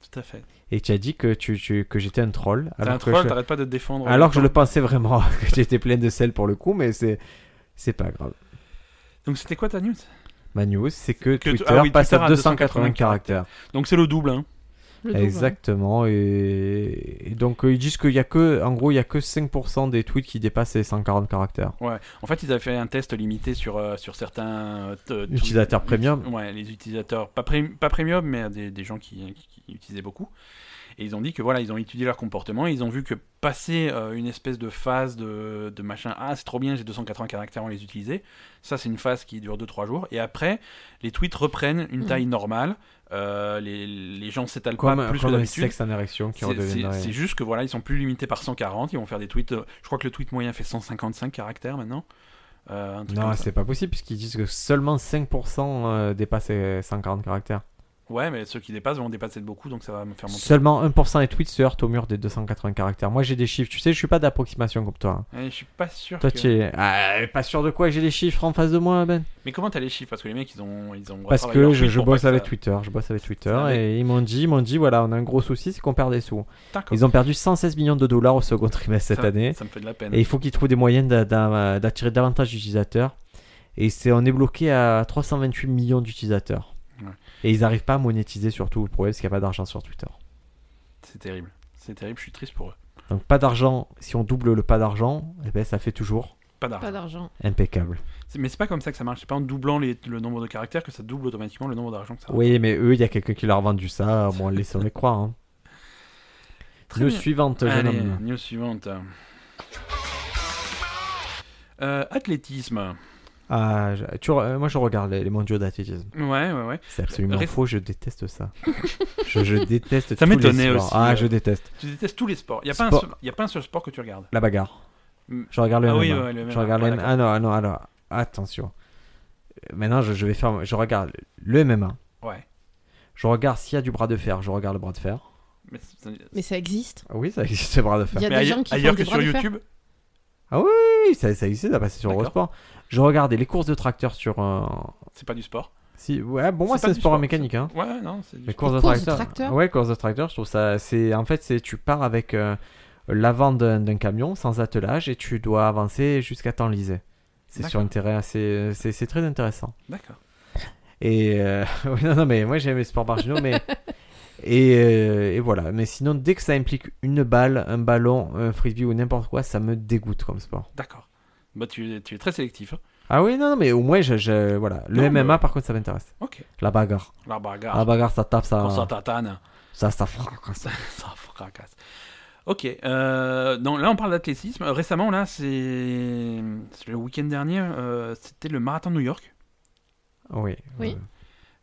Tout à fait.
et tu as dit que, tu, tu- que j'étais un troll.
T'es
Alors
un
que
troll,
je-
t'arrêtes pas de te défendre.
alors que je le pensais vraiment [laughs] que tu étais plein de sel pour le coup, mais c'est. C'est pas grave.
Donc, c'était quoi ta news
Ma news, c'est que,
Que- ah
Twitter
oui,
passe
Twitter
à
à
280
280
caractères.
Donc, c'est le double, hein.
Le double, hein.
Exactement. Et, et donc, euh, ils disent qu'il y a que, en gros, il y a que 5% des tweets qui dépassent les 140 caractères.
Ouais. En fait, ils avaient fait un test limité sur, euh, sur certains euh, t- t-
Utilisateurs premium.
Ouais, les utilisateurs pas, pré- pas premium, mais des, des gens qui, qui- qui utilisaient beaucoup. Et ils ont dit que voilà, ils ont étudié leur comportement, et ils ont vu que passer euh, une espèce de phase de, de machin, ah c'est trop bien, j'ai 280 caractères, on les utilisait. Ça, c'est une phase qui dure 2-3 jours. Et après, les tweets reprennent une
Mhm.
taille normale. Euh, les, les gens s'étalent pas
Mm. Comme,
plus
comme
que
un
d'habitude.
sexe en érection qui
C'est- C'est
redeviendrait.
c'est juste que voilà, ils sont plus limités par 140, ils vont faire des tweets. euh, je crois que le tweet moyen fait 155 caractères maintenant. Euh, un truc
Non,
comme ça.
c'est pas possible, puisqu'ils disent que seulement 5% euh, dépassent les 140 caractères.
Ouais, mais ceux qui dépassent vont dépasser de beaucoup, donc ça va me faire monter.
Seulement 1% des tweets se heurtent au mur des 280 caractères. Moi, j'ai des chiffres. Tu sais, je suis pas d'approximation comme toi. hein.
Eh, je suis pas sûr.
Toi,
que-
tu es ah, pas sûr de quoi J'ai des chiffres en face de moi, Ben.
Mais comment t'as les chiffres Parce que les mecs, ils ont, ils ont.
Parce
retravaillé
que
leur
je,
tweet
je
pour pas
bosse
que
avec
ça-
Twitter, je bosse avec Twitter,
Ah, mais-
et ils m'ont dit, ils m'ont dit, voilà, on a un gros souci, c'est qu'on perd des sous.
D'accord.
Ils ont perdu 116 millions de dollars au second trimestre cette
Ça-
année.
Ça me fait de la peine.
Et il faut qu'ils trouvent des moyens d'a- d'a- d'attirer davantage d'utilisateurs. Et c'est, on est bloqué à 328 millions d'utilisateurs.
Ouais.
Et ils n'arrivent pas à monétiser surtout le problème, c'est qu'il n'y a pas d'argent sur Twitter.
C'est terrible. C'est terrible. Je suis triste pour eux.
Donc pas d'argent, si on double le pas d'argent, eh ben, ça fait toujours
Pas d'argent.
hein. Pas d'argent.
impeccable.
C'est- Mais c'est pas comme ça que ça marche. C'est pas en doublant les- le nombre de caractères que ça double automatiquement le nombre d'argent que ça.
Oui, mais eux, il y a quelqu'un qui leur a vendu ça, bon, laissons-les croire.
[laughs]
Hein.
Très
Le
bien.
suivante, jeune
Allez,
homme.
news suivante. Euh, athlétisme.
Ah, je- tu re- moi, je regarde les, les mondiaux d'athlétisme.
Ouais, ouais, ouais.
C'est absolument
Ré-
faux, je déteste
[laughs]
ça. je, je déteste
Ça
tous les
m'étonnait
sports.
aussi,
Ah,
euh.
je déteste.
Tu détestes tous les sports. Il n'y a, pas un
Sport.
seul- y a pas un seul sport que tu regardes.
La bagarre.
Mm.
Je regarde le
Ah
MMA.
oui, ouais, le
je
MMA,
regarde
ouais,
le MMA. Ah non, ah non, alors attention. Euh, Maintenant, je, je vais faire. Je regarde le MMA.
Ouais.
Je regarde s'il y a du bras de fer. Je regarde le bras de fer.
Mais, c'est-
Mais ça existe.
Ah oui, ça existe le bras de fer.
Il y a
mais
des
ailleurs-
gens qui
ailleurs
font des
que
bras
sur
de fer.
YouTube,
Oui, ça, ça existe. Ça passé sur
D'accord.
Eurosport. Je regardais les courses de tracteur sur. euh,
c'est pas du sport.
Si, ouais, bon, moi,
C'est pas
c'est un
du
sport,
sport,
mécanique. Hein.
Ouais, non, c'est du
Les courses de
courses de
tracteur.
tracteur
Ouais, courses de tracteur. Je trouve ça. C'est en fait, c'est tu pars avec. euh, l'avant d'un d'un camion sans attelage et tu dois avancer jusqu'à Tanlisé. C'est sur
D'accord.
un terrain assez. C'est c'est très intéressant.
D'accord.
Et euh, [laughs] ouais, non, non, mais moi j'aime les sports marginaux,
[laughs]
mais et, euh, et voilà. Mais sinon, dès que ça implique une balle, un ballon, un frisbee ou n'importe quoi, ça me dégoûte comme sport.
D'accord. Bah, tu, tu es très sélectif. hein.
Ah oui, non, non, mais au moins, je, je- voilà. Le
Non, mais- Ah.
MMA, par contre, ça m'intéresse.
Ok.
La bagarre.
La bagarre.
La bagarre, ça tape, ça,
On s'en
ça, [laughs]
tatane. hein.
ça, frappe.
Ça, ça fracasse. Ok. euh, non, là, on parle d'athlétisme. Récemment, là, c'est c'est le week-end dernier, euh, c'était le marathon de New York.
Oui.
Oui.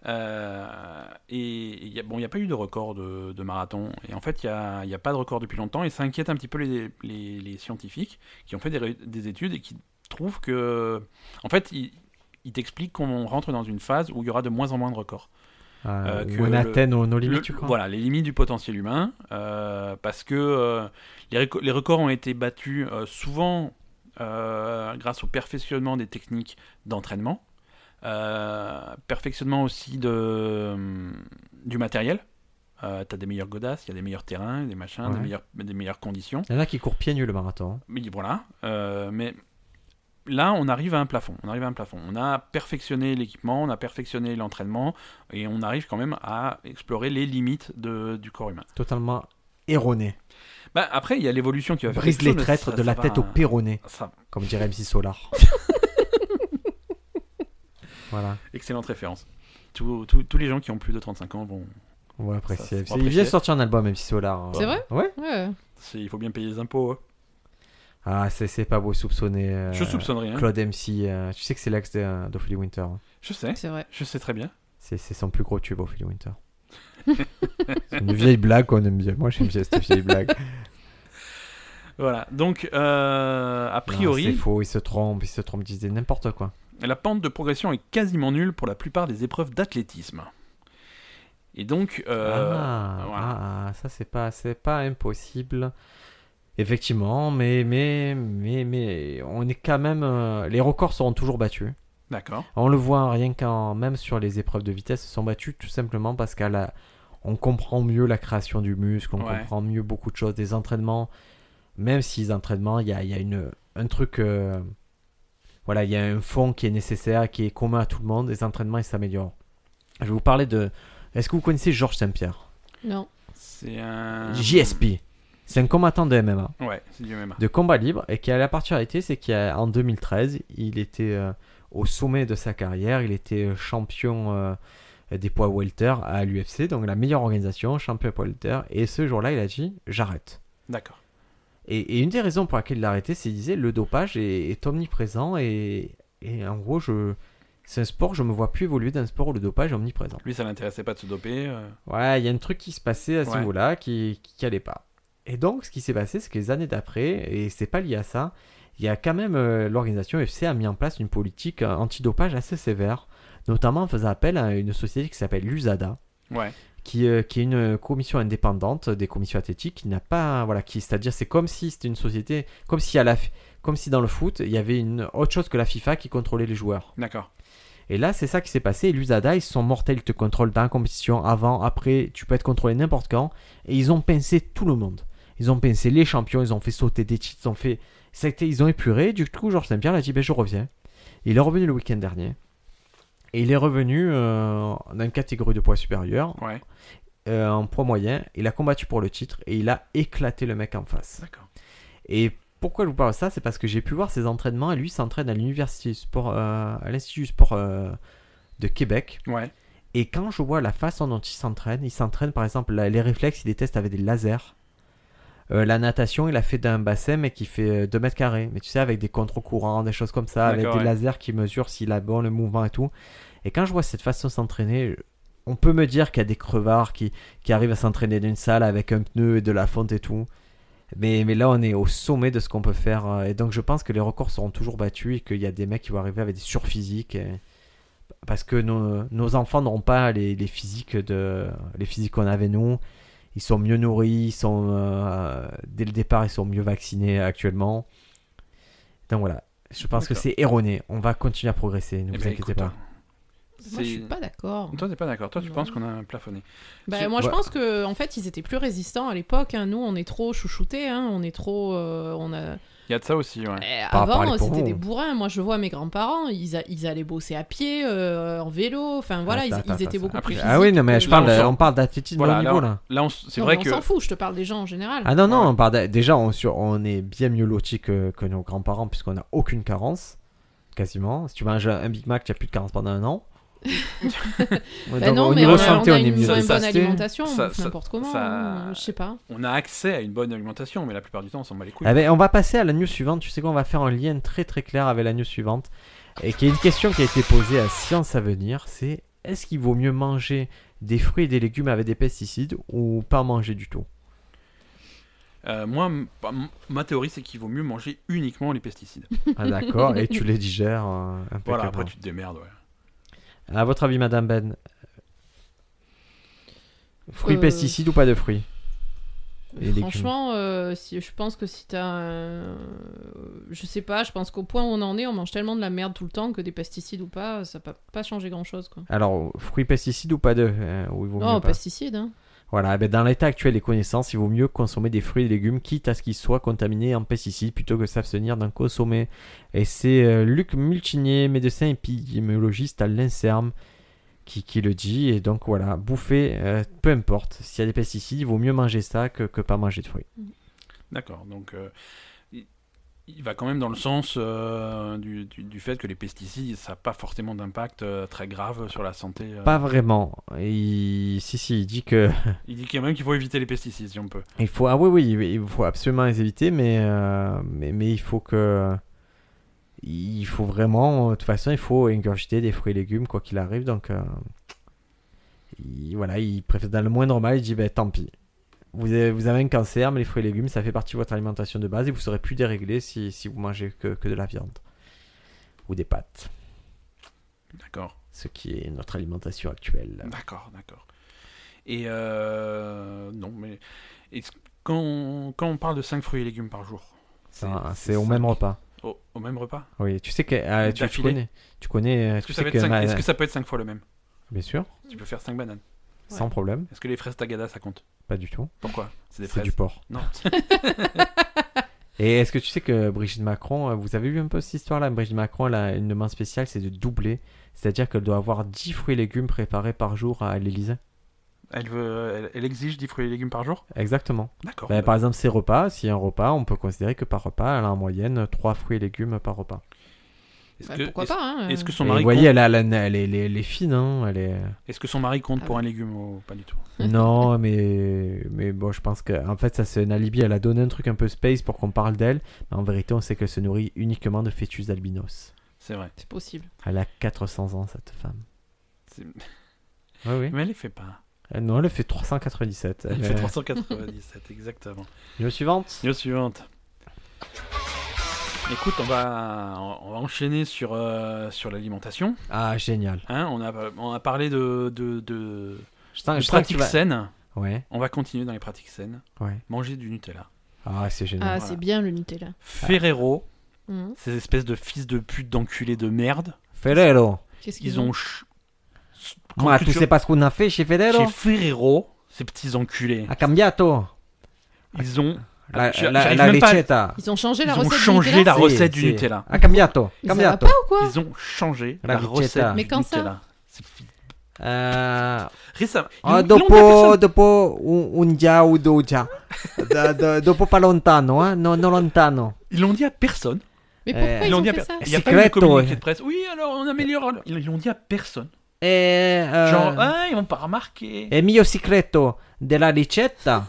Euh, et il y a- bon, il n'y a pas eu de record de, de marathon. Et en fait, il n'y a, il y a pas de record depuis longtemps. Et ça inquiète un petit peu les, les- les scientifiques qui ont fait des, ré- des études et qui trouvent que. En fait, ils, ils t'expliquent qu'on rentre dans une phase où il y aura de moins en moins de records.
Euh,
Euh, que
ou en
le-
Athènes, ou en Olympique,
Le-
tu crois
Voilà, les limites du potentiel humain. euh, parce que euh, les, reco- les records ont été battus euh, souvent euh, grâce au perfectionnement des techniques d'entraînement, euh, perfectionnement aussi de, hum, du matériel. Euh, T'as des meilleures godasses, il y a des meilleurs terrains, des machins, des,
Ouais.
meilleures, des meilleures conditions.
Il y en a qui courent pieds nus le marathon. hein.
Mais voilà, euh, mais là, on arrive à un plafond. On arrive à un plafond. On a perfectionné l'équipement, on a perfectionné l'entraînement, et on arrive quand même à explorer les limites de- du corps humain.
Totalement erroné.
Bah, après, il y a l'évolution qui va faire.
Brise
quelque
les
chose, mais
traîtres
ça-
de
ça
la
va- hein. Ah,
tête au péroné,
ça-
comme dirait MC
[laughs]
Solar. voilà.
Excellente référence. Tous- tous- tous les gens qui ont plus de 35 ans vont.
On va apprécier.
Ça, c'est
il vient
apprécié.
de sortir un album, MC Solar. hein.
C'est vrai
Ouais.
Ouais.
c'est- Il faut bien payer les impôts. hein.
Ah, c'est c'est pas beau soupçonner. euh,
Je soupçonne rien.
Claude MC. euh, tu sais que c'est l'ex de- d'Ophélie Winter. hein.
Je sais,
C'est vrai.
je sais très bien.
C'est c'est son plus gros tube, Ophélie
[laughs]
Winter. c'est une vieille blague qu'on aime bien. Moi, j'aime bien cette vieille blague.
Voilà, donc euh, a
Non,
priori,
C'est faux, il se trompe, il se trompe, il dit n'importe quoi.
La pente de progression est quasiment nulle pour la plupart des épreuves d'athlétisme. Et donc, euh,
ah,
voilà.
ah, ah, ça, c'est pas, c'est pas impossible. Effectivement, mais, mais, mais, mais, on est quand même. euh, les records seront toujours battus.
d'accord,
On le voit rien qu'en même sur les épreuves de vitesse, se sont battus tout simplement parce qu'à la, on comprend mieux la création du muscle, on
Ouais.
comprend mieux beaucoup de choses, des entraînements. Même si les entraînements, il y a, il y a une, un truc, euh, voilà, il y a un fond qui est nécessaire, qui est commun à tout le monde. Les entraînements, ils s'améliorent. Je vais vous parler de. Est-ce que vous connaissez Georges Saint-Pierre
Non.
c'est un...
JSP. C'est un combattant de MMA
Ouais, c'est du MMA.
de combat libre et qui a la particularité, c'est qu'en 2013, il était euh, au sommet de sa carrière, il était champion euh, des poids welter à l'UFC, donc la meilleure organisation, champion poids welter, et ce jour-là, il a dit j'arrête.
D'accord.
Et, et une des raisons pour laquelle il a arrêté, c'est qu'il disait le dopage est, est omniprésent et, et en gros, je, c'est un sport, je me vois plus évoluer d'un sport où le dopage est omniprésent.
Lui, ça l'intéressait pas de se doper. euh,
Ouais, il y a un truc qui se passait à ce
Ouais.
niveau-là qui, qui, qui allait pas. Et donc, ce qui s'est passé, c'est que les années d'après, et c'est pas lié à ça, il y a quand même euh, l'organisation UFC a mis en place une politique euh, antidopage assez sévère, notamment en faisant appel à une société qui s'appelle l'USADA,
Ouais,
qui, euh, qui est une commission indépendante des commissions athlétiques qui n'a pas voilà qui c'est-à-dire c'est comme si c'était une société comme si à la fi- comme si dans le foot il y avait une autre chose que la FIFA qui contrôlait les joueurs.
d'accord.
Et là, c'est ça qui s'est passé. Et L'USADA, ils sont mortels, ils te contrôlent dans la compétition, avant, après, tu peux être contrôlé n'importe quand. Et ils ont pincé tout le monde. Ils ont pincé les champions, ils ont fait sauter des titres, ils ont fait. ça a été- Ils ont épuré. Du coup, Georges Saint-Pierre a dit ben, Je reviens. Il est revenu le week-end dernier. Et il est revenu euh, dans une catégorie de poids supérieur,
Ouais,
euh, en poids moyen. Il a combattu pour le titre et il a éclaté le mec en face.
d'accord.
Et pourquoi je vous parle de ça C'est parce que j'ai pu voir ses entraînements. Et lui il s'entraîne à l'université du sport, euh, à l'Institut du sport euh, de Québec.
Ouais,
Et quand je vois la façon dont il s'entraîne, il s'entraîne par exemple la- les réflexes, il les teste avec des lasers. Euh, la natation, il a fait d'un bassin mais qui fait 2 mètres carrés. Mais tu sais, avec des contre-courants, des choses comme ça, avec des
D'accord, ouais.
lasers qui mesurent s'il a bon le mouvement et tout. Et quand je vois cette façon de s'entraîner, on peut me dire qu'il y a des crevards qui, qui arrivent à s'entraîner d'une salle avec un pneu et de la fonte et tout. Mais, mais là, on est au sommet de ce qu'on peut faire. euh, Et donc, je pense que les records seront toujours battus et qu'il y a des mecs qui vont arriver avec des surphysiques. et- Parce que nos, nos enfants n'auront pas les, les physiques de les physiques qu'on avait nous. Ils sont mieux nourris, ils sont euh, dès le départ, ils sont mieux vaccinés actuellement. Donc voilà, je pense que
D'accord.
c'est erroné. On va continuer à progresser, ne
Eh
vous
ben,
inquiétez
écoute,
pas.
Moi, je suis
C'est-
pas d'accord.
Toi, t'es pas d'accord. Toi, tu
Non.
penses qu'on a plafonné.
Bah,
C'est-
moi, je
ouais.
pense que en fait, ils étaient plus résistants à l'époque. hein. Nous, on est trop chouchoutés. hein. On est trop. euh, on a...
Il y a de ça aussi, ouais.
Eh,
Pas
avant,
parler pour
c'était
vous.
des bourrins. Moi, je vois mes grands-parents, ils, a- ils allaient bosser à pied, euh, en vélo. Enfin, voilà, ils,
Attends,
ils
attends,
étaient
attends,
beaucoup
attends.
plus.
Ah oui, non, mais
physiques
je
que-
parle,
on s'en-
on parle d'athlétisme de
Voilà,
haut niveau
alors-
là.
Là, on s- c'est
Non,
vrai
mais
que.
On s'en fout, je te parle des gens en général.
Ah non, non,
Ouais.
on parle d'a- déjà, on, sur- on est bien mieux loti que, que nos grands-parents puisqu'on n'a aucune carence, quasiment. Si tu manges un Big Mac, tu n'as plus de carence pendant un
[laughs]
an.
Bah non,
au
mais
niveau
on a,
santé,
on a
est
une,
mieux
une
Ça,
bonne
loti.
alimentation,
ça-
on bouffe
ça-
n'importe comment.
ça-
hein, je sais pas.
On a accès à une bonne alimentation, mais la plupart du temps, on s'en bat les couilles.
Ah ben, on va passer à la news suivante. Tu sais qu'on va faire un lien très très clair avec la news suivante. Et qui est une question qui a été posée à Science à venir. C'est est-ce qu'il vaut mieux manger des fruits et des légumes avec des pesticides ou pas manger du tout
Euh, moi, m- pas- m- ma théorie, c'est qu'il vaut mieux manger uniquement les pesticides.
Ah d'accord, et tu les digères euh, un peu.
voilà,
comme
après,
ça.
tu te démerdes, ouais.
À votre avis, Madame Ben Fruits,
Euh,
pesticides ou pas de fruits Et légumes.
Franchement, euh, si, je pense que si t'as. un- Je sais pas, je pense qu'au point où on en est, on mange tellement de la merde tout le temps que des pesticides ou pas, ça peut pas changer grand chose quoi.
Alors, fruits, pesticides ou pas de euh, ou il vaut
Oh,
mieux pas.
pesticides, hein.
Voilà, eh ben, dans l'état actuel des connaissances, il vaut mieux consommer des fruits et légumes, quitte à ce qu'ils soient contaminés en pesticides, plutôt que s'abstenir d'en consommer. Et c'est euh, Luc Multinier, médecin épidémiologiste à l'INSERM, qui, qui le dit. Et donc voilà, bouffer, euh, peu importe. S'il y a des pesticides, il vaut mieux manger ça que, que pas manger de fruits.
D'accord, donc euh, il, il va quand même dans le sens euh, du, du- du fait que les pesticides, ça n'a pas forcément d'impact euh, très grave sur la santé. euh.
Pas vraiment. Il- Si, si, il dit que
Il dit quand même qu'il faut éviter les pesticides si on peut.
Il faut, ah oui, oui, il faut absolument les éviter, mais, euh, mais, mais il faut que. Il faut vraiment. De toute façon, il faut ingurgiter des fruits et légumes, quoi qu'il arrive. Donc, euh, il- voilà, il préfère dans le moindre mal, il dit ben, tant pis. Vous avez, vous avez un cancer, mais les fruits et légumes, ça fait partie de votre alimentation de base et vous serez plus déréglé si, si vous mangez que, que de la viande ou des pâtes,
D'accord,
ce qui est notre alimentation actuelle.
d'accord, d'accord. Et euh, non, mais est-ce- quand, on- quand on parle de 5 fruits et légumes par jour,
C'est c'est au même repas.
au, au même repas
Oui, tu sais que euh, tu, tu
D'affilée.
connais. Tu connais. euh,
Est-ce
tu
que, ça
sais
peut être cinq-
ma-
est-ce que ça peut être 5 fois le même
Bien sûr.
Tu peux faire 5 bananes.
Ouais.
Sans problème,
Est-ce que les fraises tagada ça compte
pas du tout.
Pourquoi C'est des
C'est
fraises.
du porc. [laughs]
Non.
Et est-ce que tu sais que Brigitte Macron, euh, vous avez vu un peu cette histoire-là Brigitte Macron, elle a une demande spéciale, c'est de doubler. C'est-à-dire qu'elle doit avoir 10 fruits et légumes préparés par jour à l'Élysée.
Elle, veut, elle, elle exige 10 fruits et légumes par jour
Exactement.
D'accord.
Ben, par exemple, ses repas, s'il y a un repas, on peut considérer que par repas, elle a en moyenne 3 fruits et légumes par repas.
Est-ce
Bah,
que-
pourquoi
est-ce-
pas hein,
Est-ce
euh.
que son
Et
mari
vous voyez,
compte-
elle, a la- elle est, elle est- elle est fine, hein, elle est...
est-ce que son mari compte
Ah
pour
ouais.
un légume ou pas du tout [laughs]
Non, mais, mais bon, je pense que en fait, ça c'est un alibi. Elle a donné un truc un peu space pour qu'on parle d'elle. Mais en vérité, on sait qu'elle se nourrit uniquement de fœtus albinos.
C'est vrai.
C'est possible.
Elle a 400 ans, cette femme.
C'est- [laughs]
Oui, oui.
Mais elle les fait pas.
Euh, non, elle fait 397.
Elle
Elle
fait
est- [laughs]
397, exactement.
News suivante.
News suivante. Écoute, on va, on va enchaîner sur, euh, sur l'alimentation.
Ah, génial.
hein. on, a, on a parlé de, de, de,
Ah, Je sens,
de
je sens que tu
pratiques
vas-
saines.
Ouais,
On va continuer dans les pratiques saines.
ouais.
Manger du Nutella.
Ah, c'est
Ah,
génial.
Voilà.
c'est bien le Nutella.
Ferrero,
Hum.
ces espèces de fils de pute d'enculés de merde,
Ferrero.
Qu'est-ce qu'ils
ils ont... ch-
Moi, tu
confiture-
sais pas ce qu'on a fait chez Ferrero
Chez Ferrero, ces petits enculés,
A cambiato.
ils ont,
La,
je-
la,
Ah, j'arrive
la
même pas à-
leccetta.
Ils ont changé la
ils ont
recette. du
changé
Nutella
la recette du Nutella.
A cambiato.
Mais ça va
Cambiato.
pas ou quoi
Ils ont changé
La
la,
ricetta.
recette
Mais
du
quand ça
Nutella. C'est fi-
Euh,
Récemment, ils
ah,
l'ont- ils l'ont dit
dopo,
à personne.
dopo un, un dia ou deux dia. Da- da- dopo pas lontano, hein? Non, non lontano.
Ils l'ont dit à personne.
Mais
Euh,
pourquoi
Ils
ils
l'ont
ont
dit à
fait ça
personne. Il n'y a pas eu de
Secreto,
communiqué
ouais.
de presse. Oui, alors on améliore. Ils ils l'ont dit à personne.
Et, euh,
Genre, ah, ils n'ont pas remarqué.
Il mio segreto della
[laughs]
ricetta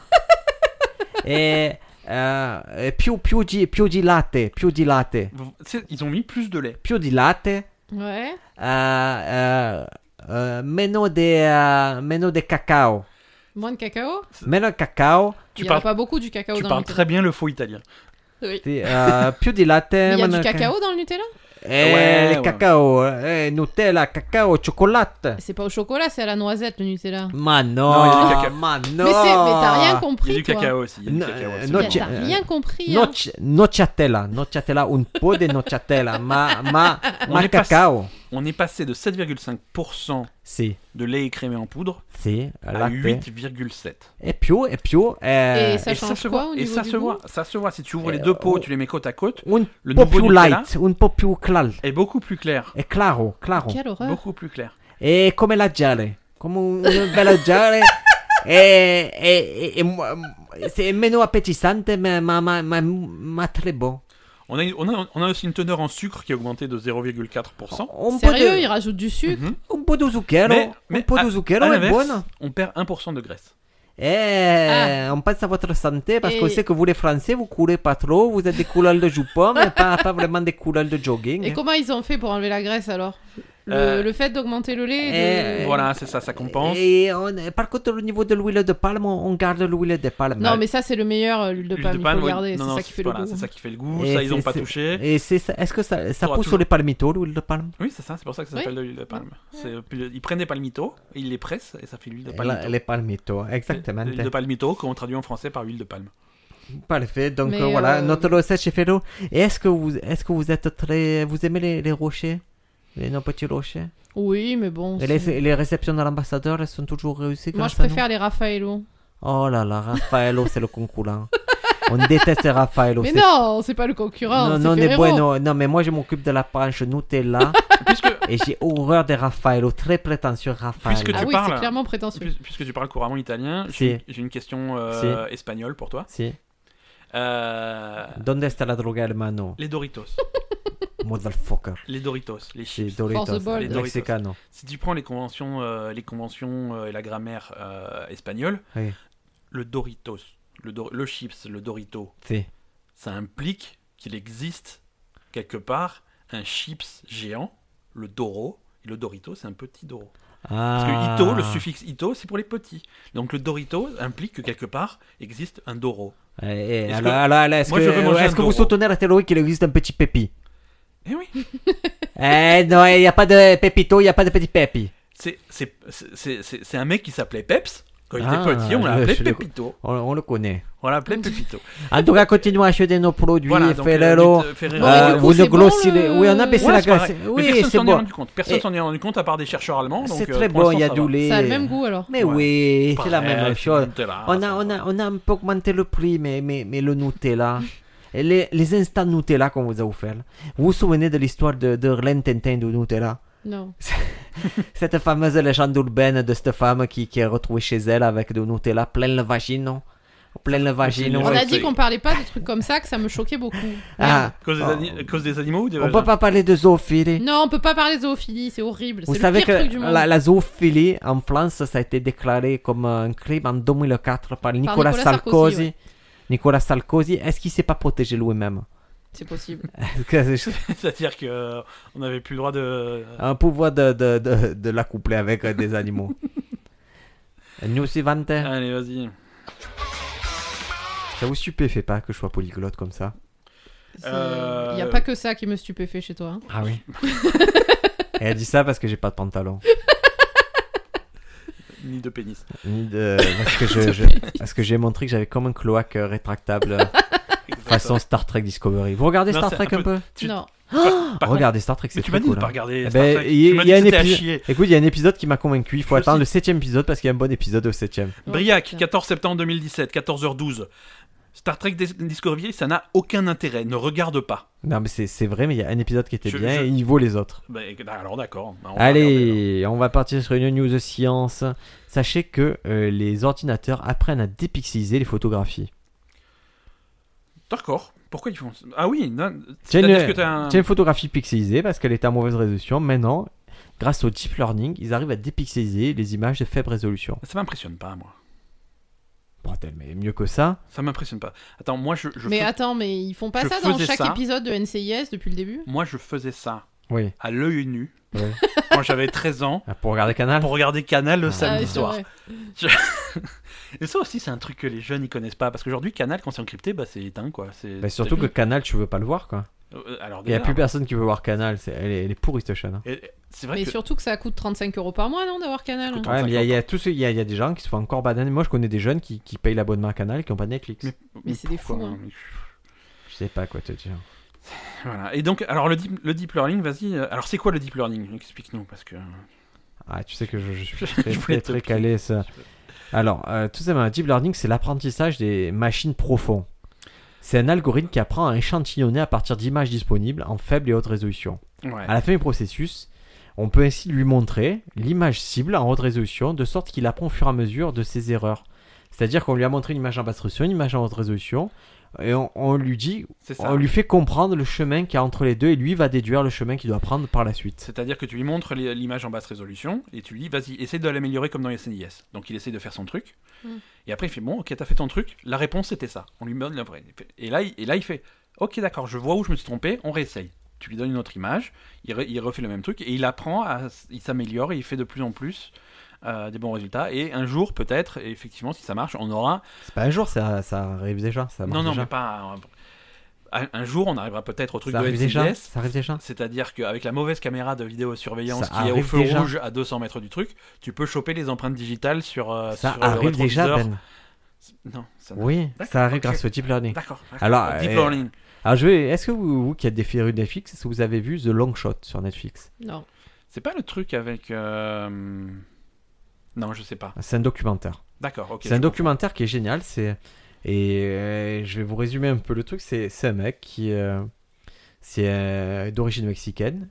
è eh, più, più di, più di latte, più di latte,
Vous- c'est- Ils ont mis plus de lait.
più di latte,
Ouais.
eh, eh, eh, meno di eh, meno de cacao,
Moins de cacao
meno cacao,
Tu
Il y en a
parles,
pas beaucoup du cacao
tu
dans le
parles
Nutella.
très bien le faux italien.
Oui.
di-
[laughs]
eh, più di latte.
Mais Il y a du
meno ca-
cacao dans le Nutella
Eh,
Ouais,
le
ouais.
cacao, eh, Nutella, cacao, cioccolatte.
C'est pas au chocolat, c'est à la noisette le Nutella.
Ma
No, il y a
no,
du cacao.
ma no.
Mais c'est- mais t'as rien
Il y a
compris
du
toi.
cacao aussi. Il y a du
Non,
cacao,
euh,
absolument.
non,
T'as rien compris. hein.
Noc- nocciatella, nocciatella, un po' di nocciatella, ma, ma,
On
ma
est pas-
cacao.
on est passé de 7,5%
Sì,
de lait écrémé en poudre
sì,
à
latte.
8,7.
E più, e più. eh,
Et ça
Et ça
change
se
quoi
voit.
au
Et
niveau
ça
du
se
goût
voit. Ça se voit. Si tu ouvres
Eh,
les deux pots,
oh.
tu les mets côte à côte,
un
le
po'
nouveau
più
Nutella
light, un po' più clal.
est beaucoup plus clair.
È claro, claro.
Quelle horreur.
Beaucoup plus clair.
È come la giale. Come un- una bella giale. è, è, è, è mo- è meno appetissante, ma, ma, ma, ma, ma très bon.
On a, une- on, a, on a aussi une teneur en sucre qui a augmenté de 0,4%.
Un po'
Sérieux, il
di,
rajoute du sucre
un po' di zucchero.
Mais- mais
un po'
à-
di zucchero
à
è
l'inverse,
buono.
On perd 1% de graisse.
Eh, on pense à votre santé parce
Ah. Et-
qu'on sait que vous les Français, vous courez pas trop, vous êtes des couleurs de
[laughs]
jupons, mais pas, pas vraiment des couleurs de jogging.
Et comment ils ont fait pour enlever la graisse alors le,
Mhm. Euh, Eh,
le fait d'augmenter le lait et de-
euh,
Voilà, c'est ça, ça compense.
Et on- par contre, au niveau de l'huile de palme, on, on garde l'huile de palme.
Non, mais ça, c'est le meilleur, euh, l'huile de
bah L'huile
palme. Il faut le
ouais.
garder,
Non,
c'est
non,
ça qui fait le
voilà,
goût.
c'est ça qui fait le goût.
Et
ça, ils
c'est-
ont pas
c'est-
touché.
Et c'est ça- est-ce que ça, ça
T'auras
pousse sur
toujours-
les palmitos, l'huile de palme
Oui, c'est ça, c'est pour ça que ça
Oui.
s'appelle de l'huile de palme. C'est- euh, Ils prennent des palmitos, ils les pressent et ça fait l'huile de
La-
palmito.
Les palmitos, exactement.
L'huile de palmito qu'on traduit en français par huile de palme.
Parfait. Donc
Mais,
euh, voilà,
euh,
notre recette chez Ferro. Et est-ce que vous, est-ce que vous êtes très, vous aimez les, les rochers, les, nos petits rochers
Oui, mais bon.
Et
c'est-
les, les réceptions de l'ambassadeur, elles sont toujours réussies.
Moi,
grâce
je
à nous
préfère les Raffaello.
Oh là là, Raffaello, c'est le concurrent. On déteste Raffaello.
Mais
c'est-
non, c'est pas le concurrent.
non,
c'est
non, mais
Ferrero.
bueno. non, mais moi je m'occupe de la branche Nutella
[laughs]
Puisque,
et j'ai horreur des Raffaello, très prétentieux Raffaello.
Puisque
Ah
tu
oui,
parles.
c'est clairement prétentieux.
puis- puisque tu parles couramment italien, j'ai j'ai une question euh, espagnole pour toi.
Si.
Euh,
Donde está la droga, hermano?
les Doritos.
Motherfucker.
les Doritos. Les
C'est
chips.
Force
Doritos,
bol.
les
Les Doritos.
Mexicano.
Si tu prends les conventions, euh, les conventions euh, et la grammaire euh, espagnole,
Oui.
le Doritos, le, Dor- le chips, le Dorito,
Si.
ça implique qu'il existe quelque part un chips géant, le Doro. Et le Dorito, c'est un petit Doro. Parce
Ah.
que ito, le suffixe ito, c'est pour les petits. Donc le Dorito implique que quelque part existe un Doro.
Eh, eh,
Est-ce
alors, alors, alors, Est-ce
Moi, je veux
que,
manger
est-ce
un
que vous
Doro.
soutenez la théorie qu'il existe un petit pépi
Eh oui,
Eh non, il n'y a pas de pépito, il n'y a pas de petit pépi.
c'est c'est- c'est- c'est- c'est un mec qui s'appelait Peps. Quand il
Ah,
était petit, on
je-
l'appelait
je le-
Pépito.
On, on le connaît.
On l'appelait Pépito.
En tout cas, continuez à acheter nos produits,
Voilà, donc, euh,
Ferrero.
dites, euh, Ferrero.
Bon, mais
Euh,
du coup,
vous ne
c'est bon,
grossissez.
le-
Oui, on a baissé
Ouais,
la
c'est pareil.
glace.
Mais
Oui,
personne
c'est
s'en est
bon.
rendu compte. Personne
Et-
s'en est rendu compte à part des chercheurs allemands. donc,
C'est
euh,
très
pour
bon, il
l'instant,
y a
ça
du
va.
lait.
Ça a le même goût alors.
Mais
Ouais.
oui, c'est la
Pareil,
même
c'est
chose.
du Nutella,
On
ça
a,
va.
on, a, on a un peu augmenté le prix, mais, mais, mais le Nutella. Et les, les instants Nutella qu'on vous a offert. Vous vous souvenez de l'histoire de, de Len Tintin du Nutella
Non.
Cette fameuse légende urbaine de cette femme qui, qui est retrouvée chez elle avec du Nutella plein le vagin, Plein le vagin.
Ouais,
On a
c'est-
dit qu'on parlait pas de trucs comme ça, que ça me choquait beaucoup.
Ah,
Cause des,
on-
ani- euh, cause des animaux ou des
on
vagins
peut pas parler de zoophilie.
Non, on peut pas parler de zoophilie, c'est horrible.
Vous
C'est le
savez
pire
que
truc du monde.
la, la zoophilie en France, ça a été déclaré comme un crime en 2004 par Nicolas,
Nicolas Sarkozy,
Sarkozy.
ouais.
Nicolas Sarkozy, est-ce qu'il s'est pas protégé lui-même [laughs]
C'est possible.
Est-ce que c'est-
[laughs] C'est-à-dire que euh, on n'avait plus le droit de.
Un pouvoir de, de, de, de l'accoupler avec euh, des animaux. [laughs] News suivante.
Allez, vas-y.
Ça vous stupéfait pas que je sois polyglotte comme ça
Il
Euh,
n'y a pas que ça qui me stupéfait chez toi. hein.
Ah
[laughs]
oui. Elle dit ça parce que j'ai pas de pantalon.
Ni de pénis.
Ni de... Parce que je-
[laughs]
je- parce que j'ai montré que j'avais comme un cloaque euh, rétractable euh, façon Star Trek Discovery. Vous regardez
Non,
Star
c'est
Trek
un
un peu
Tu-
Non.
Par contre-
Regardez Star Trek, c'est
Mais tu
très
m'as dit
cool,
de
hein.
pas regarder.
Eh
Star
ben,
Trek.
il y-
Tu m'as
il y a
dit
un
que c'était à
épisode-
chier.
Écoute, il y a un épisode qui m'a convaincu. Il faut
Je
attendre
sais.
le septième épisode parce qu'il y a un bon épisode au septième.
Briac,
putain.
14 septembre 2017, 14h12. Star Trek Dis- Discovery, ça n'a aucun intérêt. Ne regarde pas.
Non, mais c'est c'est vrai, mais il y a un épisode qui était
Je-
bien
je-
et il vaut les autres.
Bah, éc- alors d'accord. Bah, on va regarder,
Allez, on va partir sur une news de science. Sachez que euh, les ordinateurs apprennent à dépixiser les photographies.
alors. D'accord. Pourquoi ils font ça Ah oui. non,
Tiens,
c'est-à-dire
une-
que t'as un-
Tiens, une photographie pixelisée parce qu'elle était en mauvaise résolution. Maintenant, grâce au deep learning, ils arrivent à dépixeliser les images de faible résolution.
Ça m'impressionne pas, moi.
Bordel, mais mieux que ça.
Ça m'impressionne pas. Attends, moi je, je
mais
fais-
attends, mais ils font pas
je
ça dans
faisais
chaque
ça.
épisode de NCIS depuis le début
moi je faisais ça
Oui.
à l'œil nu
Ouais.
[laughs] quand j'avais 13 ans
Ah, Pour regarder Canal.
pour regarder Canal le
Ah,
samedi
oui, c'est
soir.
vrai.
Et ça aussi, c'est un truc que les jeunes ils connaissent pas parce qu'aujourd'hui, Canal quand c'est encrypté, bah c'est éteint quoi. C'est
Bah, surtout que Canal, tu veux pas le voir quoi.
Euh, alors
Il y a
déjà,
plus personne qui veut voir Canal. c'est- Elle est, elle est pourrie cette chaîne. hein.
et- et- c'est vrai
Mais
que
surtout que ça coûte 35 euros par mois, non, d'avoir Canal hein.
coûte-
Ouais, mais il y a- il y, a tous ceux- il y a- il y a des gens qui se font encore bananer. Moi, je connais des jeunes qui, qui payent l'abonnement à Canal et qui ont pas Netflix.
Mais-
Mais c'est des
pourquoi
fous, hein.
Mais-
Je sais pas quoi te dire.
Voilà. Et donc, alors le deep, le deep learning, vas-y. euh, Alors c'est quoi le deep learning Explique-nous, parce que.
Ah, tu sais que je, je
[laughs]
suis très,
Je
très,
voulais
très
te-
calé ça. Alors, euh, tout simplement, deep learning, c'est l'apprentissage des machines profonds. C'est un algorithme qui apprend à échantillonner à partir d'images disponibles en faible et haute résolution.
Ouais.
À la fin du processus, on peut ainsi lui montrer l'image cible en haute résolution, de sorte qu'il apprend au fur et à mesure de ses erreurs. C'est-à-dire qu'on lui a montré une image en basse résolution, une image en haute résolution, et on, on lui dit,
C'est ça.
on lui fait comprendre le chemin qu'il y a entre les deux, et lui va déduire le chemin qu'il doit prendre par la suite.
C'est-à-dire que tu lui montres les- l'image en basse résolution et tu lui dis vas-y, essaie de l'améliorer comme dans les SNIS. Donc il essaie de faire son truc.
Mm.
Et après il fait bon, ok, t'as fait ton truc, la réponse c'était ça. On lui donne la vraie. Et là, il- et là il fait ok, d'accord, je vois où je me suis trompé, on réessaye. Tu lui donnes une autre image, il, re- il refait le même truc et il apprend, à, s- il s'améliore et il fait de plus en plus euh, des bons résultats. Et un jour, peut-être, et effectivement, si ça marche, on aura
C'est pas un jour, ça, ça arrive déjà, ça marche
non, non,
déjà.
mais pas. Un, un jour, on arrivera peut-être au truc
ça
de
arrive déjà,
SIDS.
ça arrive déjà.
C'est-à-dire qu'avec la mauvaise caméra de vidéosurveillance
Ça
qui est au
arrive
feu
déjà.
rouge à 200 mètres du truc, tu peux choper les empreintes digitales sur. euh,
Ça
sur le
arrive déjà,
rétroviseur.
Ben.
Non, ça n'a-
Oui,
D'accord,
ça arrive
ok.
grâce au deep learning.
D'accord. d'accord.
Alors,
Deep
euh,
learning.
Alors, je vais. Est-ce que vous, vous qui êtes des férus de Netflix, est-ce que vous avez vu The Long Shot sur Netflix
Non.
C'est pas le truc avec. euh, Non, je sais pas.
C'est un documentaire.
D'accord, ok.
c'est un
je comprends.
documentaire qui est génial. C'est et euh, je vais vous résumer un peu le truc. C'est c'est un mec qui euh, c'est euh, d'origine mexicaine,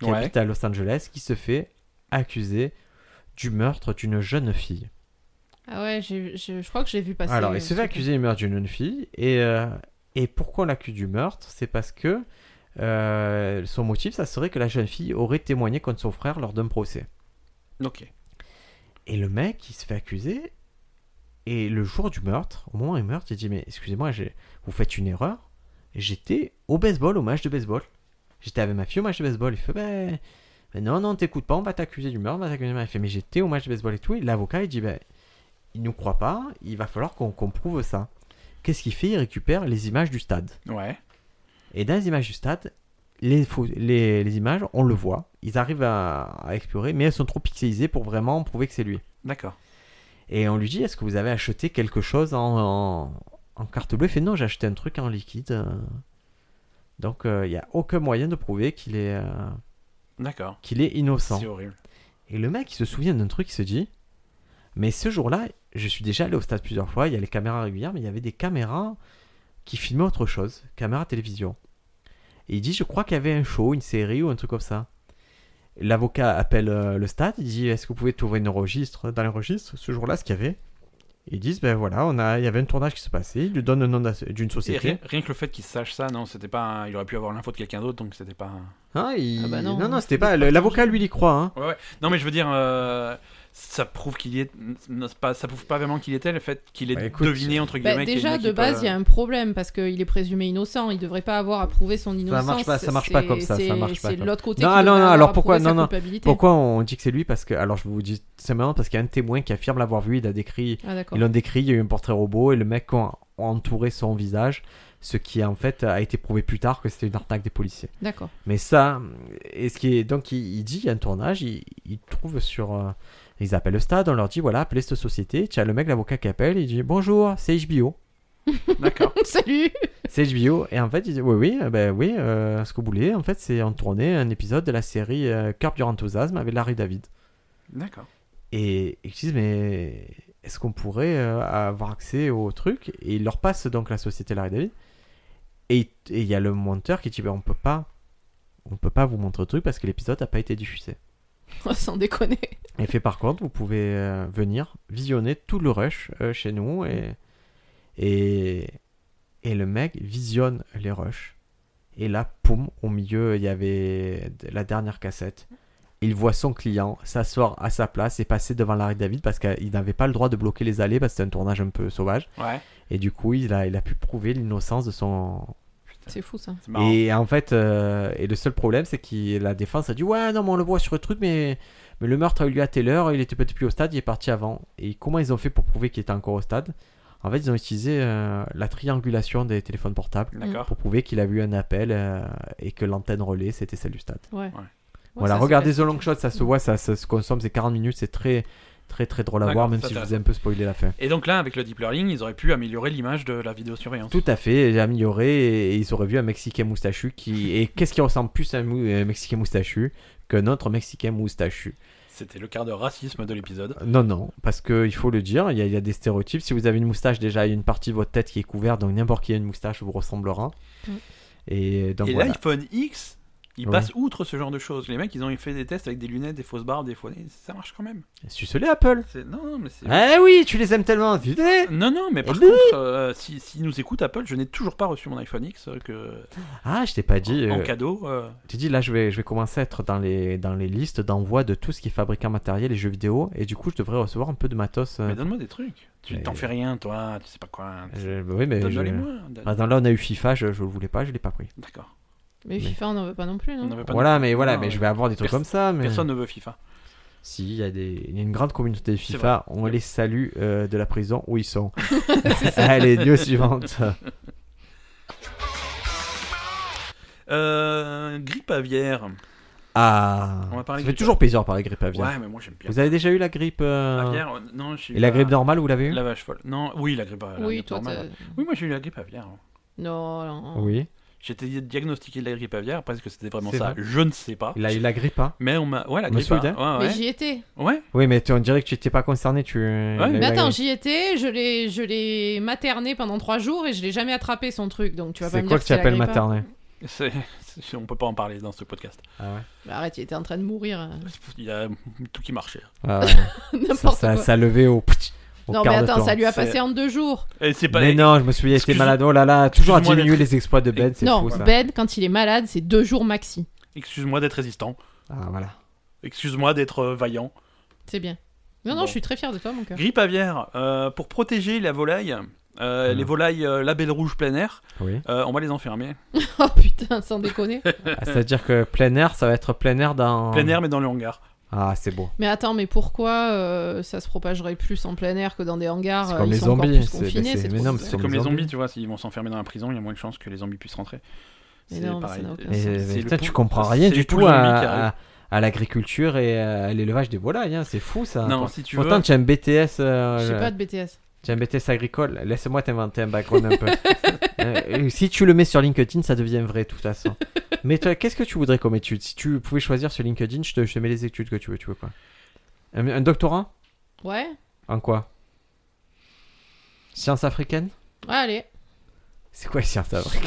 qui
Ouais.
habite à Los Angeles, qui se fait accuser du meurtre d'une jeune fille.
Ah ouais, j'ai- je, je crois que j'ai vu passer.
Alors,
euh,
il se
ce
fait
truc.
accuser du meurtre d'une jeune fille et euh, et pourquoi on l'accuse du meurtre C'est parce que euh, son motif, ça serait que la jeune fille aurait témoigné contre son frère lors d'un procès.
Ok.
Et le mec, il se fait accuser. Et le jour du meurtre, au moment du meurtre, il dit Mais excusez-moi, j'ai- vous faites une erreur. J'étais au baseball, au match de baseball. J'étais avec ma fille au match de baseball. Il fait Ben ben non, non, t'écoutes pas, on va t'accuser du meurtre, on va t'accuser du meurtre. Il fait Mais j'étais au match de baseball et tout. Et l'avocat, il dit Ben, il nous croit pas, il va falloir qu'on qu'on prouve ça. Qu'est-ce qu'il fait Il récupère les images du stade.
Ouais.
Et dans les images du stade, les, pho- les, les images, on le voit. Ils arrivent à, à explorer, mais elles sont trop pixelisées pour vraiment prouver que c'est lui.
D'accord.
Et on lui dit Est-ce que vous avez acheté quelque chose en, en- en carte bleue Il fait Non, j'ai acheté un truc en liquide. euh. Donc euh, il n'y a aucun moyen de prouver qu'il est, euh,
D'accord.
qu'il est innocent.
C'est horrible.
Et le mec, il se souvient d'un truc, il se dit Mais ce jour-là, je suis déjà allé au stade plusieurs fois, il y a les caméras régulières, mais il y avait des caméras qui filmaient autre chose, caméras télévision. Et il dit Je crois qu'il y avait un show, une série ou un truc comme ça. L'avocat appelle euh, le stade, il dit Est-ce que vous pouvez trouver un registre Dans les registres, ce jour-là, ce qu'il y avait. Ils disent Ben voilà, on a, il y avait un tournage qui se passait, il lui donne le nom d'ass- d'une
Et
société.
rien, rien que le fait qu'il sache ça, non, c'était pas. Il aurait pu avoir l'info de quelqu'un d'autre, donc c'était pas.
Hein, il-
Ah bah non.
non, non, c'était pas. le- L'avocat, lui, il y croit. hein.
Ouais, ouais. Non, mais je veux dire, euh, ça prouve qu'il y est. non, c'est pas- ça prouve pas vraiment qu'il était le fait qu'il ait
Bah, écoute,
deviné entre
Bah,
guillemets. qu'il y a
déjà,
une
de
équipe,
base, il y
euh,
a un problème parce qu'il est présumé innocent. Il devrait pas avoir à prouver son innocence.
marche pas, ça marche pas
C'est-
comme ça, ça
c'est-
marche pas
C'est
comme-
l'autre côté.
Non,
qui
non,
devrait
non,
avoir
alors
à
pourquoi-
prouver sa
non, non.
culpabilité.
Pourquoi on dit que c'est lui Parce que, alors je vous dis simplement parce qu'il y a un témoin qui affirme l'avoir vu, il a décrit,
Ah d'accord.
ils l'ont décrit, il y a eu un portrait robot et le mec a a entouré son visage, ce qui en fait a été prouvé plus tard que c'était une arnaque des policiers.
D'accord. [laughs]
Mais ça, et ce qui est, donc il, il dit, il y a un tournage, il, il trouve sur, euh, ils appellent le stade, on leur dit voilà, appelez cette société, tiens le mec, l'avocat qui appelle, il dit bonjour, c'est HBO.
D'accord.
Salut. [laughs]
C'est HBO. Et en fait, ils disent, oui, oui, euh, ben oui, euh, ce que vous voulez, en fait, c'est en tournée un épisode de la série euh, Curb Your Enthusiasm avec Larry David.
D'accord.
Et ils disent, mais est-ce qu'on pourrait euh, avoir accès au truc Et ils leur passent donc la société Larry David. Et et il y a le monteur qui dit, ben, on peut pas, on peut pas vous montrer le truc parce que l'épisode n'a pas été diffusé.
Sans déconner.
Et fait par contre, vous pouvez euh, venir visionner tout le rush euh, chez nous. Et, et, et le mec visionne les rushs. Et là, poum, au milieu, il y avait de- la dernière cassette. Il voit son client s'asseoir à sa place et passer devant Larry David parce qu'il n'avait pas le droit de bloquer les allées parce que c'était un tournage un peu sauvage.
Ouais.
Et du coup, il a, il a pu prouver l'innocence de son,
C'est fou ça.
C'est marrant.
et en fait, euh, et le seul problème, c'est que la défense a dit Ouais, non, mais on le voit sur le truc, mais, mais le meurtre a eu lieu à telle heure, il était peut-être plus au stade, il est parti avant. Et comment ils ont fait pour prouver qu'il était encore au stade En fait, ils ont utilisé euh, la triangulation des téléphones portables
D'accord.
pour prouver qu'il a eu un appel euh, et que l'antenne relais, c'était celle du stade.
Ouais.
Ouais.
Ouais,
voilà,
ça, c'est
regardez The
classique.
Long Shot, ça se voit, ça, ça se consomme, c'est 40 minutes, c'est très. très très drôle à voir,
D'accord,
même
ça
si je vous ai
t'intéresse.
un peu spoilé la fin.
Et donc là, avec le deep learning, ils auraient pu améliorer l'image de la vidéosurveillance.
Tout à fait, j'ai amélioré et ils auraient vu un Mexicain moustachu qui. Et qu'est-ce qui ressemble plus à un, mou- un Mexicain moustachu qu'un autre Mexicain moustachu
C'était le quart de racisme de l'épisode.
Non, non, parce que il faut le dire, il y, a, il y a des stéréotypes. Si vous avez une moustache, déjà, il y a une partie de votre tête qui est couverte, donc n'importe qui a une moustache vous ressemblera.
Mm.
Et donc
Et
voilà.
l'iPhone X, il
Ouais.
passe outre ce genre de choses. Les mecs, ils ont fait des tests avec des lunettes, des fausses barbes, des faux nez. Ça marche quand même.
Suce-les, Apple
C'est- Non, non, mais c'est. Mm.
Ah oui, tu les aimes tellement tu sais.
Non, non, mais par
Eh
contre, euh, si, si nous écoute Apple, je n'ai toujours pas reçu mon iPhone X euh, que
Ah, je t'ai pas dit.
en
euh,
cadeau. euh,
Tu dis là, je vais, je vais commencer à être dans les, dans les listes d'envoi de tout ce qui est fabricant matériel et jeux vidéo, et du coup, je devrais recevoir un peu de matos. euh,
Mais donne-moi des trucs. Tu
mais-
t'en fais rien, toi. Tu sais pas quoi.
je- oui, mais. je-
Donne-moi.
Par exemple, Ah, là, on a eu FIFA, je, je le voulais pas, je l'ai pas pris.
D'accord.
Mais FIFA, on n'en veut pas non plus,
On
non
n'avait pas de-
voilà, mais voilà,
Non,
mais
ouais.
je vais avoir des trucs
Personne-
comme ça. Mais...
Personne ne veut FIFA.
Si, il y, a des... il y a une grande communauté
C'est
FIFA, on
Ouais.
les salue euh, de la prison où ils sont. Allez, news suivante.
Euh, grippe aviaire.
Ah,
On va
ça
parler
fait
grippe.
toujours plaisir de parler grippe aviaire.
Ouais, mais moi j'aime bien.
Vous avez déjà eu la grippe euh,
Aviaire, euh, non, j'ai eu
Et la grippe normale, vous l'avez eu
La vache folle. Non, oui, la grippe, euh, la
Oui,
grippe
toi,
normale.
t'as-
Oui, moi j'ai eu la grippe aviaire. hein.
Non, non.
Oui.
J'étais diagnostiqué de la grippe aviaire parce que c'était vraiment
C'est
ça.
vrai.
Je ne sais pas.
Il a eu la grippe, hein
Mais on m'a. Ouais, la
Me
grippe.
soudain.
hein.
Mais
Ouais,
j'y étais.
ouais. ouais.
Oui, mais tu, on dirait que tu n'étais pas concerné. Tu... il a eu
mais
Mais
la
attends,
grippe.
j'y étais, je l'ai, je l'ai materné pendant trois jours et je l'ai jamais attrapé son truc, donc tu vas pas
C'est
me
quoi
dire
que tu
c'est la
appelles
grippe, hein.
materné
C'est- c'est- On peut pas en parler dans ce podcast.
Ah ouais.
Bah, arrête, il était en train de mourir. hein. [laughs]
Il y a tout qui marchait.
Ah ouais. ça,
N'importe
ça,
quoi.
ça a levé au. au
non, mais
quart de
attends,
temps.
ça lui a
C'est-
passé en deux jours.
Et c'est pas.
Mais non, je me souviens, il était
Excuse-
malade. Oh là là, toujours à
Excuse-moi
diminuer les exploits de Ben, c'est
Non,
fou ça.
Ben, quand il est malade, c'est deux jours maxi.
Excuse-moi d'être résistant.
Ah voilà.
Excuse-moi d'être euh, vaillant.
C'est bien. Non, non,
Bon.
je suis très fier de toi, mon cœur. [laughs]
Grippe aviaire. euh, pour protéger la volaille, euh,
Hmm.
les volailles euh, label rouge plein air,
Oui.
euh, on va les enfermer.
Oh putain,
[laughs]
sans déconner.
Ah, C'est-à-dire que plein air, ça va être plein air dans.
Plein air, mais dans le hangar.
Ah, c'est beau.
Mais attends, mais pourquoi euh, ça se propagerait plus en plein air que dans des hangars
C'est
euh,
comme
ils
les
sont encore
zombies,
plus
c'est-
confinés,
mais c'est-
c'est
mais
trop
non, mais
bizarre.
c'est
Comme
Les
les
zombies.
zombies, tu vois, s'ils vont s'enfermer dans la prison, il y a moins de chances que les zombies puissent rentrer.
Mais
C'est
non, mais ça
pareil.
n'a aucun
Mais,
sens.
c'est
mais
le
putain,
pou-
tu comprends
c'est
rien
le
du tout
poulpe
à,
zombie qui arrive.
à- à l'agriculture et à l'élevage des volailles. hein, C'est fou ça.
Non,
Pour-
si tu
Pourtant,
veux.
tu as un BTS. euh,
Je sais pas de BTS.
tu as un BTS agricole. Laisse-moi t'inventer un background
[laughs]
un peu. Euh, si tu le mets sur LinkedIn, ça devient vrai de toute façon. Mais toi, qu'est-ce que tu voudrais comme étude Si tu pouvais choisir sur LinkedIn, je te, je te mets les études que tu veux. Tu veux quoi un, un doctorat
Ouais,
En quoi Sciences africaines
Ouais, Ah, allez,
C'est quoi les sciences africaines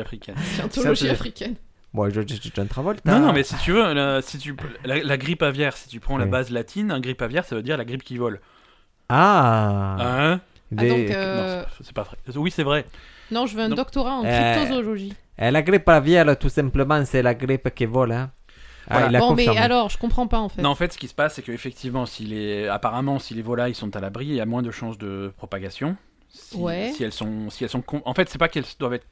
[laughs]
africaine.
scientologie
Ça, c'est-
africaine.
Moi, je, je, je, John Travolta.
Non, non, mais si tu veux, la, si tu, la, la grippe aviaire, si tu prends la
Oui.
base latine, un grippe aviaire, ça veut dire la grippe qui vole.
Ah,
Hein
Ah, donc,
Des-
euh,
Non, c'est- c'est pas vrai. Oui, c'est vrai.
non, je veux un
non.
doctorat en
Euh,
cryptozoologie.
Eh, La grippe aviaire, tout simplement, c'est la grippe qui vole. Hein. Ah,
Voilà.
il a
bon, mais
confirmé.
alors, je comprends pas en fait.
Non, en fait, ce qui se passe, c'est qu'effectivement, si les... apparemment, si les volailles sont à l'abri, il y a moins de chances de propagation. Si,
Ouais.
si elles sont, si elles sont, con- en fait, c'est pas qu'elles doivent être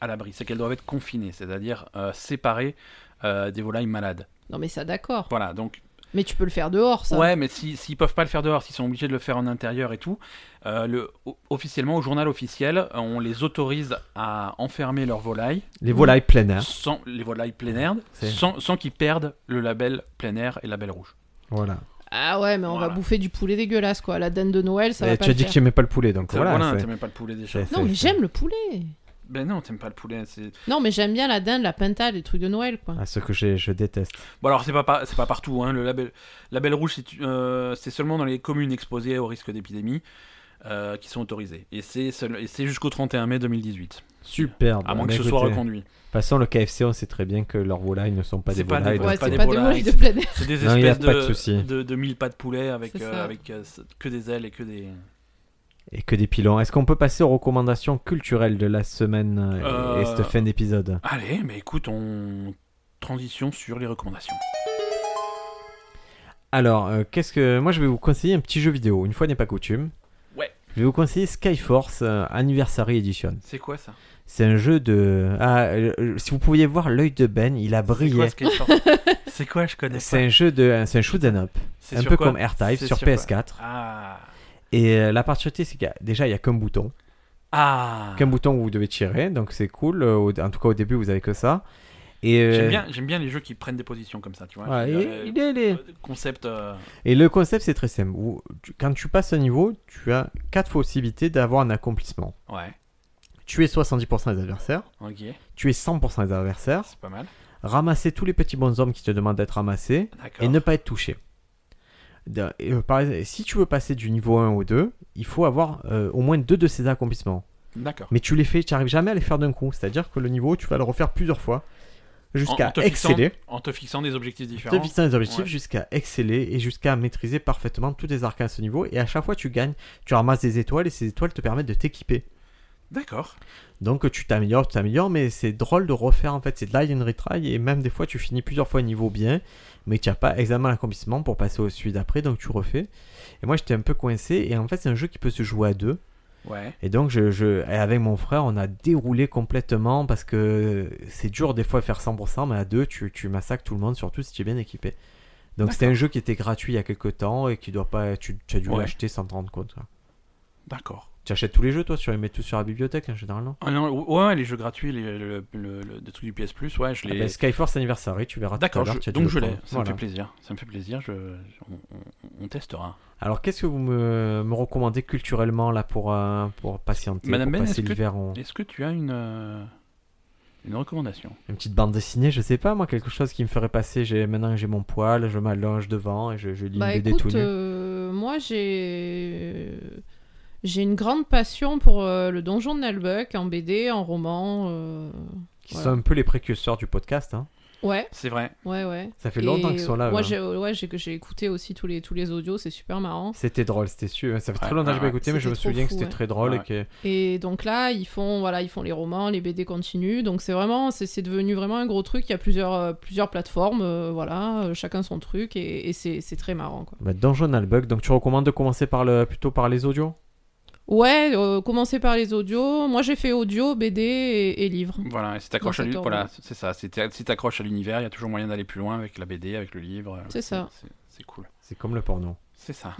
à l'abri, c'est qu'elles doivent être confinées, c'est-à-dire euh, séparées euh, des volailles malades.
Non, mais ça, d'accord.
Voilà. Donc,
Mais tu peux le faire dehors, ça.
ouais, mais si- s'ils peuvent pas le faire dehors, s'ils sont obligés de le faire en intérieur et tout, euh, le, o- officiellement, au journal officiel, on les autorise à enfermer leurs volailles
Les volailles hein. plein air.
sans les volailles plein air,
Ah. C'est-
sans, sans qu'ils perdent le label plein air et label rouge.
Voilà.
Ah ouais, mais on
Voilà.
va bouffer du poulet dégueulasse, quoi. La dinde de Noël, ça
Eh,
va pas
tu as
le
dit que
faire.
tu n'aimais pas le poulet, donc
Voilà,
voilà. c'est-
t'aimes pas le poulet déjà.
c'est-
Non, mais
c'est-
j'aime le poulet.
Ben non, t'aimes pas le poulet. c'est-
Non, mais j'aime bien la dinde, la pintade, les trucs de Noël, quoi.
Ah, ce que j'ai- je déteste.
Bon alors c'est pas par- c'est pas partout. Hein. Le label label rouge c'est euh, c'est seulement dans les communes exposées au risque d'épidémie euh, qui sont autorisées. Et c'est seul- et c'est jusqu'au 31 mai 2018.
Superbe.
À moins
Mais
que ce soit
bah écoutez,
reconduit.
De toute façon, le KFC, on sait très bien que leurs volailles ne sont pas des
C'est pas des
volailles.
volailles,
ouais,
donc,
pas
c'est
des
pas des
volailles,
volailles de
c'est-
plein air.
C'est des
Non, il y a
espèces
pas de
de,
souci.
de, de mille pas de poulet avec
C'est
euh,
ça.
avec euh, que des ailes et que des.
Et que des pilons. Est-ce qu'on peut passer aux recommandations culturelles de la semaine euh, et
Euh,
cette fin d'épisode
Allez, mais écoute, on transition sur les recommandations.
Alors, euh, qu'est-ce que. Moi, je vais vous conseiller un petit jeu vidéo, une fois n'est pas coutume.
Ouais.
Je vais vous conseiller Skyforce euh, Anniversary Edition.
C'est quoi ça
C'est un jeu de. Ah, euh, euh, si vous pouviez voir l'œil de Ben, il a
C'est quoi
brillé.
ce qui est fort
[laughs]
C'est quoi Je connais
C'est
pas.
un jeu de. C'est un shoot'em up.
C'est
Un
sur
peu
quoi
comme AirType
C'est
sur
sur quoi
PS4.
Ah
Et euh, la particularité, c'est qu'il y a- déjà, il n'y a qu'un bouton.
ah.
Qu'un bouton où vous devez tirer, donc c'est cool. Euh, au- En tout cas, au début, vous avez que ça. Et, euh,
J'aime bien, j'aime bien les jeux qui prennent des positions comme ça, tu vois.
ouais,
Je veux dire,
et, il est- il est-
euh, Concept. euh,
et le concept, c'est très simple. Où tu- Quand tu passes un niveau, tu as quatre possibilités d'avoir un accomplissement.
Ouais,
Tuer 70% des adversaires,
ok,
tuer 100% des adversaires,
c'est pas mal.
ramasser tous les petits bonshommes qui te demandent d'être ramassés,
D'accord.
et ne pas être touché. De- et, euh, par exemple, si tu veux passer du niveau 1 au 2, il faut avoir euh, au moins deux de ces accomplissements.
D'accord.
Mais tu les fais, tu n'arrives jamais à les faire d'un coup. C'est-à-dire que le niveau, tu vas le refaire plusieurs fois
En- en
jusqu'à
te fixant-
exceller.
En te fixant des objectifs
Te
différents.
fixant les objectifs
Ouais.
jusqu'à exceller et jusqu'à maîtriser parfaitement tous les arcades à ce niveau. Et à chaque fois, tu gagnes, tu ramasses des étoiles et ces étoiles te permettent de t'équiper.
D'accord.
Donc tu t'améliores, tu t'améliores, mais c'est drôle de refaire en fait, c'est de l'eye and retry et même des fois tu finis plusieurs fois un niveau bien, mais tu n'as pas examen l'accomplissement pour passer au celui d'après, donc tu refais. Et moi j'étais un peu coincé et en fait c'est un jeu qui peut se jouer à deux.
Ouais.
Et donc je, je- et avec mon frère on a déroulé complètement parce que c'est dur des fois de faire 100%, mais à deux tu, tu massacres tout le monde, surtout si tu es bien équipé. Donc c'était un jeu qui était gratuit il y a quelques temps et qui doit pas, tu, tu as dû
Ouais.
l'acheter sans te rendre compte. quoi.
D'accord.
Tu achètes tous les jeux toi, tu les mets tous sur la bibliothèque en général non
Ah non, ouais, les jeux gratuits, les, le, le- le- des trucs du PS Plus, ouais, je
Ah
les.
ben, Skyforce Anniversary, tu verras tout à
D'accord,
l'heure,
je-
tu as dû
donc
le
je l'ai.
prendre.
Ça
Voilà.
me fait plaisir. Ça me fait plaisir. Je, je- on, on- on testera.
Alors, qu'est-ce que vous me, me recommandez culturellement là pour, euh, pour patienter,
Madame
pour
Ben,
passer
est-ce que-
l'hiver en-
Est-ce que tu as une euh, une recommandation
Une petite bande dessinée, je sais pas, moi, quelque chose qui me ferait passer. J'ai... Maintenant que j'ai mon poil, je m'allonge devant et je, je lis
Bah
une BD tout
écoute,
nu.
euh, moi j'ai j'ai une grande passion pour euh, le donjon de Nalbuck en BD, en roman. euh,
Qui
voilà.
sont un peu les précurseurs du podcast. hein.
Ouais,
C'est vrai.
ouais, ouais.
Ça fait longtemps
Et
qu'ils sont là.
Moi
eux, hein.
j'ai ouais, j'ai j'ai écouté aussi tous les tous les audios, c'est super marrant.
C'était drôle, c'était sûr. Ça fait très
Ouais, Ah
longtemps que
ouais,
j'ai pas écouté, mais je me
c'était trop
souviens que
fou,
c'était
ouais.
très drôle.
Ouais.
Et que...
Et donc là, ils font voilà, ils font les romans, les BD continues. Donc c'est vraiment c'est c'est devenu vraiment un gros truc, il y a plusieurs euh, plusieurs plateformes euh, voilà, euh, chacun son truc et, et c'est c'est très marrant quoi.
Bah, Donjon Albug, donc tu recommandes de commencer par le... plutôt par les audios
Ouais, euh, commencez par les audios. Moi j'ai fait audio, BD et, et livres.
Voilà, et si t'accroches à
Dans cet
l'univers,
ordre.
voilà, c'est ça. Si t'a- si t'accroches à l'univers, il y a toujours moyen d'aller plus loin avec la BD, avec le livre. euh,
C'est ça.
c'est- C'est cool.
C'est comme le porno.
C'est ça.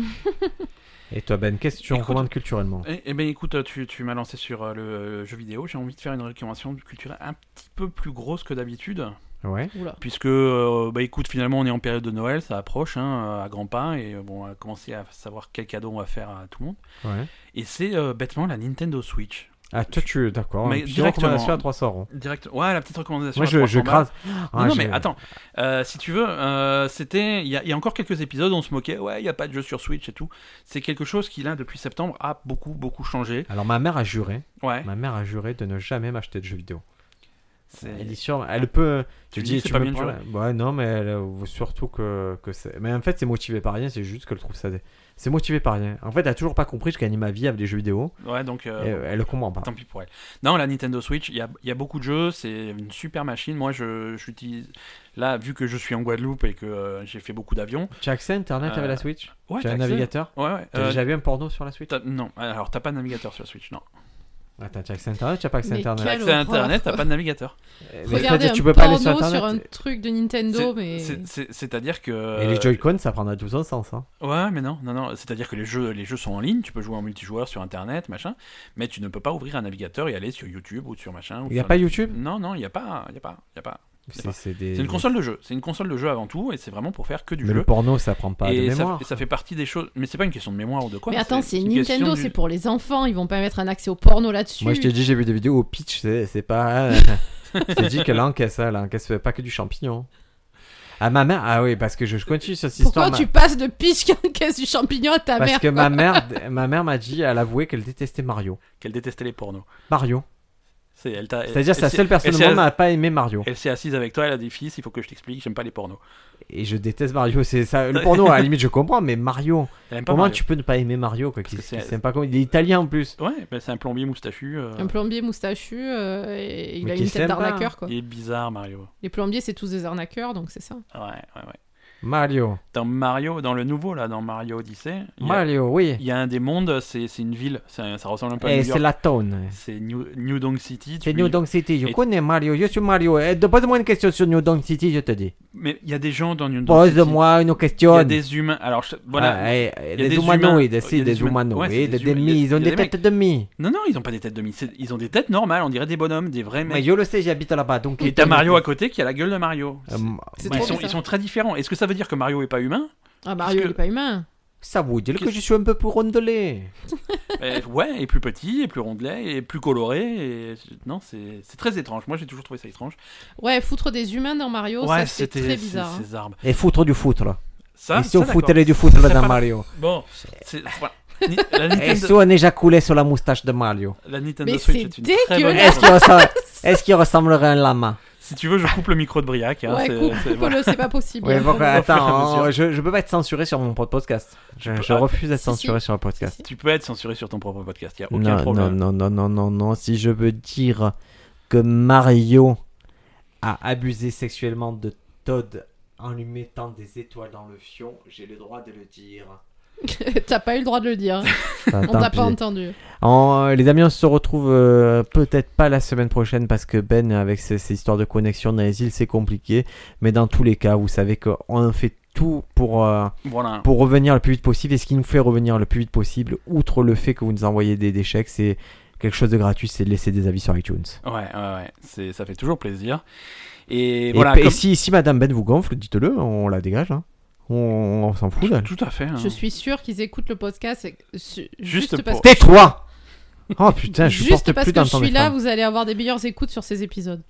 Et toi, Ben, qu'est-ce que tu
Écoute-
recommandes culturellement
[laughs] Eh eh ben écoute, euh, tu, tu m'as lancé sur euh, le euh, jeu vidéo. J'ai envie de faire une recommandation culturelle un petit peu plus grosse que d'habitude.
Ouais.
Oula.
Puisque, euh, bah écoute, finalement on est en période de Noël, ça approche hein, euh, à grands pas. Et euh, bon, on a commencé à savoir quel cadeau on va faire à tout le monde.
ouais.
Et c'est euh, bêtement la Nintendo Switch.
Ah, toi, tu. D'accord.
Mais
Puis
directement.
recommandation à 300 euros.
Direct. Ouais, la petite recommandation.
Moi,
à
je,
300
je
balles.
grave. Ah,
non,
j'ai-
mais attends, euh, si tu veux, euh, c'était. Il y, a- il y a encore quelques épisodes, on se moquait, ouais, il n'y a pas de jeu sur Switch et tout. C'est quelque chose qui, là, depuis septembre, a beaucoup, beaucoup changé.
Alors, ma mère a juré.
Ouais.
Ma mère a juré de ne jamais m'acheter de jeux vidéo.
c'est-
Elle est sûre. Elle peut.
Tu
je
lui dis que c'est pas
me
bien de
prends- Ouais, non, mais elle, euh, surtout que, que c'est. Mais en fait, c'est motivé par rien. C'est juste qu'elle trouve ça. dé- C'est motivé par rien. En fait, elle a toujours pas compris que je gagnais ma vie avec des jeux vidéo.
Ouais, donc. euh,
et, euh, elle le comprend pas.
Tant pis pour elle. Non, la Nintendo Switch, il y a, il y a beaucoup de jeux, c'est une super machine. Moi, je j'utilise. Là, vu que je suis en Guadeloupe et que euh, j'ai fait beaucoup d'avions.
Tu as accès à Internet
Euh,
avec la Switch
Ouais,
Tu as un
t'as accès.
navigateur
Ouais, ouais.
T'as
euh,
déjà vu un porno sur la Switch
t'as- non, alors t'as pas de navigateur sur la Switch, non.
Attends, tu as accès à Internet Tu as pas accès à
Mais
Internet
quelle-
Accès à
horreur.
internet, t'as pas de navigateur.
Mais
Regardez
c'est-à-dire,
un
tu peux pas aller
porno
sur
sur,
Internet.
un truc de [laughs] Nintendo,
C'est-
mais
c'est- c'est- C'est-à-dire que. euh,
Et les Joy-Con, ça prendra tout son sens. hein.
Ouais, mais non, non, non. C'est-à-dire que les jeux, les jeux sont en ligne, tu peux jouer en multijoueur sur Internet, machin, mais tu ne peux pas ouvrir un navigateur et aller sur YouTube ou sur machin.
Il n'y a pas YouTube
Non, non, il n'y a pas, il y a pas, il y a pas.
C'est
sais pas.
c'est des-
C'est une console de jeu. C'est une console de jeu avant tout, et c'est vraiment pour faire que du
Mais le
jeu.
porno, ça prend pas
et
de
ça,
mémoire.
et ça fait partie des choses. Mais c'est pas une question de mémoire ou de quoi. hein,
mais attends, c'est
une question
Nintendo,
du-
c'est pour les enfants, ils vont pas mettre un accès au porno là-dessus.
Moi, je t'ai dit, j'ai vu des vidéos au pitch, c'est c'est pas.
[laughs]
je t'ai dit qu'elle encaisse, elle encaisse pas que du champignon. Ah, ma mère, ah oui, parce que je, je continue sur cette
Pourquoi
histoire. ma-
tu passes de piche qu'un [laughs] caisse du champignon à ta
Parce
mère
que ma mère, [laughs] ma mère m'a dit, elle avouait qu'elle détestait Mario.
Qu'elle détestait les pornos.
Mario.
C'est, elle t'a-
C'est-à-dire,
elle
c'est la
s'est-
seule personne
elle
au
s'est-
monde n'a pas aimé Mario.
Elle s'est assise avec toi, elle a des fils, il faut que je t'explique, j'aime pas les pornos.
Et je déteste Mario. C'est ça.
[laughs]
Le porno, à la limite, je comprends, mais Mario.
Elle aime pas
Comment
Mario.
tu peux ne pas aimer Mario quoi,
Parce
qu'il-
que c'est-
qu'il s'aime pas comme- Il est italien en plus.
Ouais, ben, c'est un plombier moustachu. euh,
Un plombier moustachu, euh, et il
Mais
a
qui
une
s'aime
tête
pas. hein.
d'arnaqueur quoi.
Il est bizarre, Mario.
Les plombiers, c'est tous des arnaqueurs, donc c'est ça.
Ouais, ouais, ouais.
Mario.
Dans Mario, dans le nouveau, là, dans Mario Odyssey, il y a-
Mario, oui.
il y, a un des mondes, c'est c'est une ville, ça, ça ressemble un peu à
Et
New
c'est
York.
la town.
C'est New, New Donk City. tu
C'est
lui-
New Donk City. Je
Et-
connais Mario. Je suis Mario. Eh, de- Pose-moi une question sur New Donk City, je te dis.
Mais il y a des gens dans New Donk City.
Pose-moi une
Il y
question.
a des humains. Alors, je- voilà.
Ah, eh, eh,
y a
des,
des
humanoïdes,
humains.
si,
Il y a
des,
des humains.
humanoïdes,
Ouais, c'est
des,
des humains.
demi, ils ont
Il y a
des,
des
têtes de demi.
Non, non, ils ont pas des têtes de mie. c'est- Ils ont des têtes normales. On dirait des bonhommes, des vrais
Mais
mecs.
je le sais, j'habite là-bas, donc.
Et t'as Mario à côté qui a la gueule de Mario.
Euh,
C'est
ils,
trop
sont,
bizarre.
ils sont très différents. Est-ce que ça veut dire que Mario est pas
[laughs]
humain
Ah, Mario,
que-
il est pas humain.
ça vous dit que
Qu'est-ce-
je suis un peu pour rondeler.
Euh, Ouais, et plus petit, et plus rondelet, et plus coloré. Et... Non, c'est c'est très étrange. Moi, j'ai toujours trouvé ça étrange.
Ouais, foutre des humains dans Mario, Oh, ça
ouais,
c'est
c'était
très
c'est-
bizarre. hein.
ces arbres.
Et foutre du foutre. là.
Ça,
et si on
ça,
foutait
d'accord.
du foutre
C'est
dans
pas-
Mario
Bon,
[laughs]
c'est- voilà. Ni- la
Et
Nintendo,
si on éjaculait sur la moustache de Mario
la Nintendo
Eh, Mais
Switch est
c'est
une très bonne
dégueulasse.
Est-ce qu'il ressemble- est-ce qu'il ressemblerait à un lama
Si tu veux, je coupe le micro de Briac. hein,
Ouais,
c'est-
coupe-
c'est- voilà.
coupe-le, c'est pas possible.
Oui, bon, attends,
fur et à
on- je, je peux pas être censuré sur mon propre podcast. Je, je
Ah,
refuse d'être
si,
censuré
si.
sur le podcast.
Tu peux être censuré sur ton propre podcast, il a aucun
Non, non,
problème.
non, non, non, non, non. Si je veux dire que Mario a abusé sexuellement de Todd en lui mettant des étoiles dans le fion, j'ai le droit de le dire.
[laughs] T'as pas eu le droit de le dire. On
Attends,
t'a
puis-
pas entendu.
En- euh, les amis, on se retrouve euh, peut-être pas la semaine prochaine parce que Ben, avec ces, ces histoires de connexion dans les îles, c'est compliqué. Mais dans tous les cas, vous savez qu'on fait tout pour, euh,
Voilà.
pour revenir le plus vite possible. Et ce qui nous fait revenir le plus vite possible, outre le fait que vous nous envoyez des, des chèques, c'est quelque chose de gratuit, c'est de laisser des avis sur iTunes.
Ouais, ouais, ouais. C'est- Ça fait toujours plaisir. Et,
Et,
voilà.
puis- et
comme-
si, si Madame Ben vous gonfle, dites-le, on la dégage. hein. On, on s'en fout d'elle.
Tout à fait. hein.
Je suis sûre qu'ils écoutent le podcast et- su-
Juste
juste,
pour-
parce que,
Tais-toi Oh putain, je
juste
supporte
parce
plus
que je
d'entendre
suis
les
là,
femmes.
vous allez avoir des meilleures écoutes sur ces épisodes.